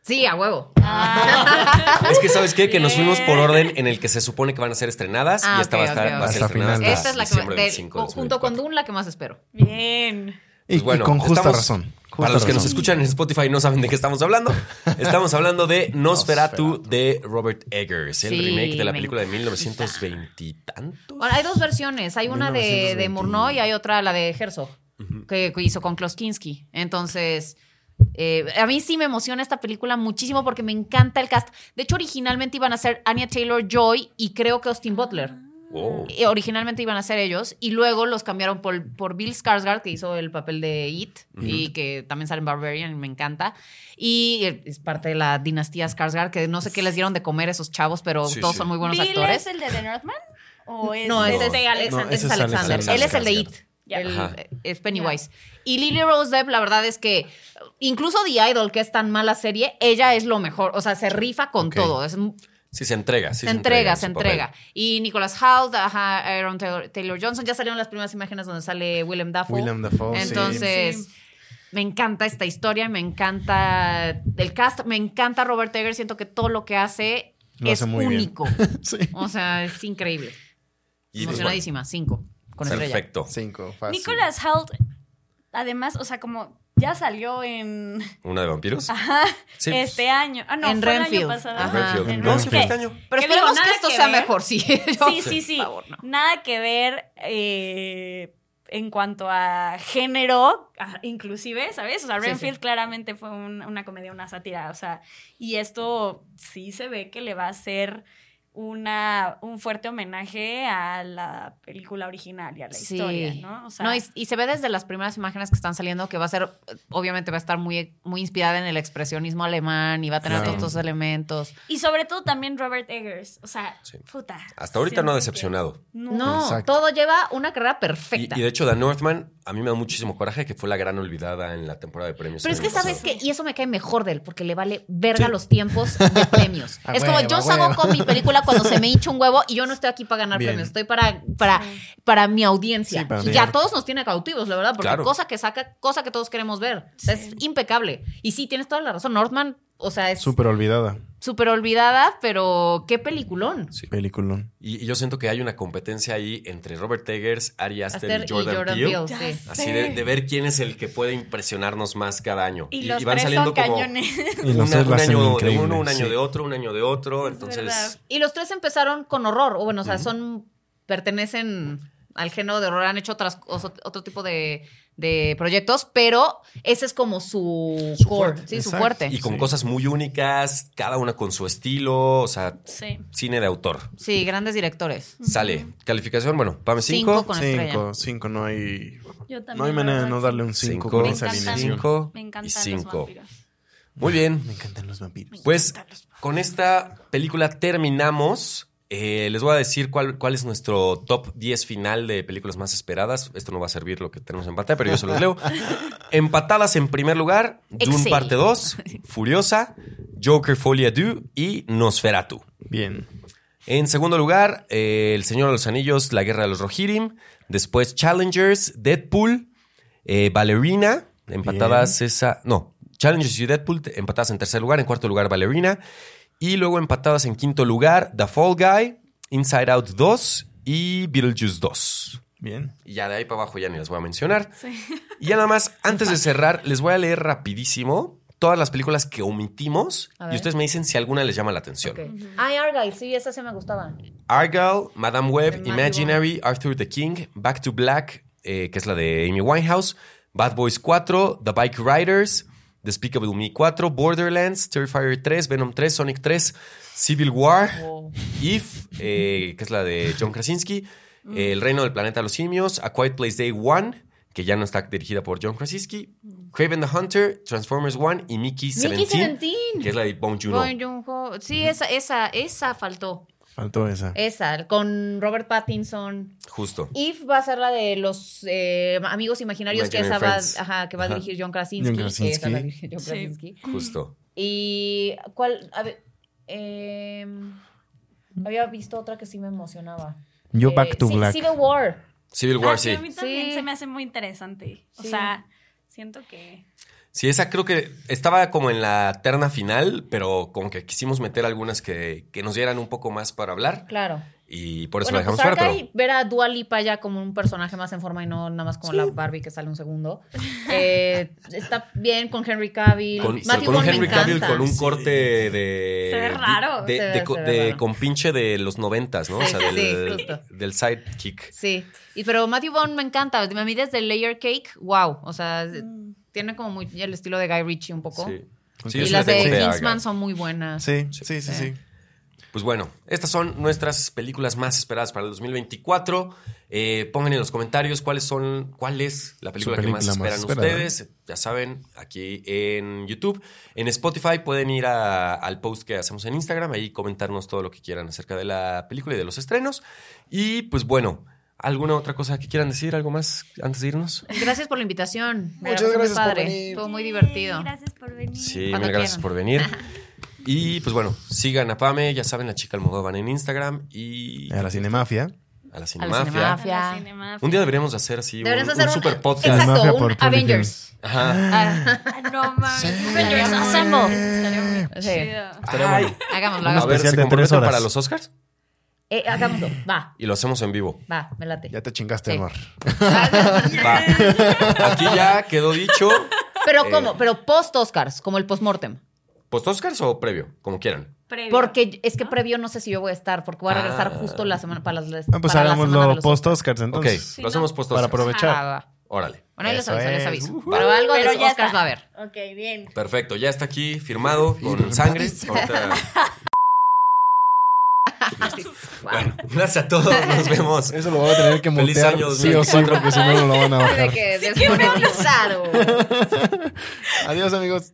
Sí, a huevo. Ah.
Es que, ¿sabes qué? Que nos fuimos por orden en el que se supone que van a ser estrenadas
Ah,
y esta
ok,
va a estar,
ok,
va a
ok.
ser
Hasta
estrenada
final.
hasta
Esta es la que
diciembre
de-
25 de
junto con
2024.
Dune la que más espero.
bien.
Y, y
Pues bueno,
con justa
estamos-
razón.
Para
justa
los que nos
razón.
escuchan en Spotify y no saben de qué estamos hablando, estamos hablando de Nosferatu de Robert Eggers, el
Sí,
remake de la
me
película de 1920 y tantos.
Bueno, hay dos versiones. Hay una de, de Murnau y hay otra, la de Herzog, que, que hizo con Klaus Kinski. Entonces, eh, a mí sí me emociona esta película muchísimo porque me encanta el cast. De hecho, originalmente iban a ser Anya Taylor Joy y creo que Austin Butler.
Wow.
Eh, Originalmente iban a ser ellos y luego los cambiaron por, por Bill Skarsgård, que hizo el papel de It y que también sale en Barbarian y me encanta. Y eh, es parte de la dinastía Skarsgård, que no sé qué les dieron de comer esos chavos, pero
Sí,
todos
sí.
son muy buenos
¿Bill es
actores.
el de The Northman? ¿O es
No, es
este
este Alexander.
No, ese
ese es
es
Alexander.
Alexander
Él es el de It.
Skarsgård.
Ya.
El-
Ajá.
es Pennywise. Y Lily Rose Depp, la verdad es que incluso The Idol, que es tan mala serie, ella es lo mejor. O sea, se rifa con
Ok.
todo. Es un-
Sí, se entrega. sí
se, entrega,
en
se
su papel.
entrega. Y Nicholas Hoult, ajá, Aaron Taylor, Taylor Johnson. Ya salieron las primeras imágenes donde sale Willem Dafoe.
Willem Dafoe, sí.
Entonces, me encanta esta historia, me encanta el cast, me encanta Robert Eggers. Siento que todo lo que hace
Lo
es
hace muy bien.
único.
Sí.
O sea, es
Y,
increíble.
pues, bueno,
Emocionadísima, cinco. Con estrella.
Perfecto.
Cinco, fácil.
Nicholas Hoult además, o sea, como ya salió en
¿Una de vampiros?
ajá,
Sí, pues.
este año. Ah, no,
En
fue el
Renfield.
año pasado.
En
Ajá.
Renfield.
En
No,
Renfield.
sí fue este año.
Pero
Que digo,
esperemos que
nada
esto
que
sea
ver.
mejor, sí.
Sí, sí, sí.
Por favor, no.
Nada que ver eh, en cuanto a género, a- inclusive, ¿sabes? O sea,
Sí,
Renfield
sí.
claramente fue un- una comedia, una sátira, o sea, y esto sí se ve que le va a ser una, un fuerte homenaje a la película original y a la
Sí.
historia, ¿no? O sea,
No, y, y se ve desde las primeras imágenes que están saliendo que va a ser, eh, obviamente va a estar muy, muy inspirada en el expresionismo alemán y va a tener
Claro.
todos estos elementos.
y sobre todo también Robert Eggers, o sea,
Sí.
puta.
Hasta ahorita no ha
siento que-
decepcionado.
No.
No,
Exacto.
todo lleva una carrera
Y,
perfecta.
y de hecho, Dan Northman, a mí me da muchísimo coraje que fue la gran olvidada en la temporada de premios.
pero es
el
que
año
sabes
pasado.
que, y eso me cae mejor de él, porque le vale verga los tiempos de premios.
A
es como
huevo,
yo
a
salgo
huevo.
con mi película cuando se me hincha un huevo y yo no estoy aquí para ganar
Bien.
premios, estoy para, para, para mi audiencia.
Sí, para
y
mí.
ya a todos nos tiene cautivos, la verdad, porque
Claro.
cosa que saca, cosa que todos queremos ver. O sea, Es impecable. Y sí, tienes toda la razón. Northman, o sea, es
Súper olvidada.
súper olvidada, pero qué peliculón.
Sí.
Peliculón.
Y, y yo siento que hay una competencia ahí entre Robert Eggers, Ari Aster,
Aster
y Jordan, Peele.
Ya
Peele, sí.
sé.
Así de, de ver quién es el que puede impresionarnos más cada año.
Y, los tres son cañones.
Y los
una-
tres
un
la hacen
año de
increíble.
uno, un año
sí.
de otro, un año de otro. Entonces,
verdad.
Y los tres empezaron con horror, o bueno, o sea, son, pertenecen al género de horror, han hecho otras, oso- otro tipo de, de proyectos, pero ese es como su,
Su
core,
fuerte,
sí, su
exacto.
fuerte.
y con
Sí.
cosas muy únicas, cada una con su estilo, o sea,
Sí.
cine de autor.
Sí, grandes directores.
Sale. Calificación, bueno, Pame
Cinco
5.
con estrella.
Cinco, cinco, no hay.
Yo también.
No hay
la
manera de
verdad,
no
sí.
darle un cinco,
Cinco,
con
Me
esa
encantan.
alineación.
cinco
Me
y
encantan los
cinco.
vampiros.
Muy bien.
Me encantan los vampiros.
Pues con esta película terminamos. Eh, les voy a decir cuál, cuál es nuestro top 10 final de películas más esperadas. Esto no va a servir lo que tenemos en pantalla, pero yo se los leo. Empatadas en primer lugar, Dune
Excel.
parte 2, Furiosa, Joker Folia Du y Nosferatu.
Bien.
En segundo lugar, eh, El Señor de los Anillos, La Guerra de los Rohirrim. Después, Challengers, Deadpool, eh, Ballerina, empatadas esa. No, Challengers y Deadpool, te- empatadas en tercer lugar. En cuarto lugar, Ballerina. Y luego empatadas en quinto lugar, The Fall Guy, Inside Out 2 y Beetlejuice 2.
Bien.
Y ya de ahí para abajo ya ni las voy a mencionar. Y ya nada más, antes de cerrar, les voy a leer rapidísimo todas las películas que omitimos
A ver.
y ustedes me dicen si alguna les llama la atención.
Ay, Argyle, sí, esa se me gustaba.
Argyle, Madame
De
Web,
Matthew
Imaginary, Arthur the King, Back to Black, eh, que es la de Amy Winehouse, Bad Boys 4, The Bike Riders, Despicable Me 4, Borderlands, Terrifier 3, Venom 3, Sonic 3, Civil War, If, eh, que es la de John Krasinski, eh, El Reino del Planeta de los Simios, A Quiet Place Day 1, que ya no está dirigida por John Krasinski, Craven the Hunter, Transformers 1 y Mickey 17, que es la de Bong Joon-ho.
Bong Joon-ho. Sí, esa, esa, esa faltó.
Faltó esa.
Esa, con Robert Pattinson.
Justo.
If va a ser la de los eh, amigos imaginarios que, esa
Imaginary
va,
Friends.
ajá, que va a
Ajá.
dirigir John Krasinski.
John Krasinski.
Esa la dirige John
Sí.
Krasinski.
Justo.
Y cuál, a ver, em, había visto otra que sí me emocionaba.
Yo
Eh,
Back to
sí,
Black.
Civil War.
Civil
Ah,
War,
sí,
sí.
a mí también
Sí.
se me hace muy interesante. O
Sí.
sea, siento que.
Sí, esa creo que estaba como en la terna final, pero como que quisimos meter algunas que, que nos dieran un poco más para hablar
Claro.
y por eso
bueno,
la dejamos
pues
fuera,
acá
pero
ver a Dua Lipa ya como un personaje más en forma y no nada más como la Barbie que sale un segundo. Eh, está bien con Henry Cavill.
con,
Matthew
con un
Vaughn me
Henry Cavill
encanta.
con un corte de...
Se ve raro.
De,
Se
de,
ve-
de co-
se ve
de
raro.
compinche de los noventas, ¿no? O
Sí,
sea,
sí,
del,
justo.
del sidekick.
Sí, y, pero Matthew Vaughn me encanta. A mí desde Layer Cake, wow. O sea,
Mm.
tiene como muy el estilo de Guy Ritchie un poco.
Sí.
Ok.
Sí, yo
y
sí
las
la
de
tengo fe a
Kingsman
Gaga.
son muy buenas.
Sí, sí, sí, sí.
Pues bueno, estas son nuestras películas más esperadas para el 2024. Eh, pongan en los comentarios cuáles son, cuál es la película, que
película
más
más
esperan
esperada.
ustedes. Ya saben, aquí en YouTube. En Spotify pueden ir a- al post que hacemos en Instagram, ahí comentarnos todo lo que quieran acerca de la película y de los estrenos. Y pues bueno, ¿alguna otra cosa que quieran decir? ¿Algo más antes de irnos?
Gracias por la invitación. La
Muchas
verdad,
gracias
muy
por
padre.
venir.
Estuvo muy
Sí,
divertido.
Gracias por venir.
Sí,
Cuando
mil gracias
quieran.
por venir. Y pues bueno, sigan a Pame, ya saben, la chica Almodóvar en Instagram y
Eh, A la Cinemafia.
a la
Cinemafia.
Cinemafia.
A la
Mafia.
Cinemafia.
Un día deberíamos de hacer así un-
Deberías
un,
hacer un,
super podcast.
Mafia
Exacto,
por
un
Public
Avengers.
Ajá.
Ah,
Ah, No mames.
Avengers Assemble.
Estaría muy
Sí.
chido.
Estaría
Ay.
bueno.
hagámoslo,
A
hagámoslo.
ver,
especial
¿se
de tres
comprometen
horas.
para los Oscars?
Eh, hagámoslo. Va,
Y lo hacemos en vivo.
va, me late.
Ya te chingaste,
Sí.
amor.
Va. Aquí ya quedó dicho.
Eh.
Pero ¿cómo? Pero post-Oscars, como el post-mortem.
¿Post Oscars o previo? Como quieran.
Previo.
Porque es
Ah.
que previo no sé si yo voy a estar, porque voy a regresar
Ah.
justo la semana para las
Ah, pues
para la semana de
hagámoslo
los-
post-Oscars
Ok,
entonces.
lo hacemos post
Para
Oscars.
Ah,
aprovechar.
va.
Órale.
Bueno, ahí les
Eso
aviso, les
es. Uh-huh.
aviso.
Ujú.
Pero algo de
Pero
los
ya
Oscars
está.
va a haber.
Ok, bien.
Perfecto, ya está aquí firmado con sangre. Ahorita- Bueno, gracias a todos. Nos vemos.
Eso lo voy a tener que
Feliz
mutear
año
sí o sí,
2024.
porque si no, no lo van a
Tiene
bajar.
que desmonetizar o-
Adiós, amigos.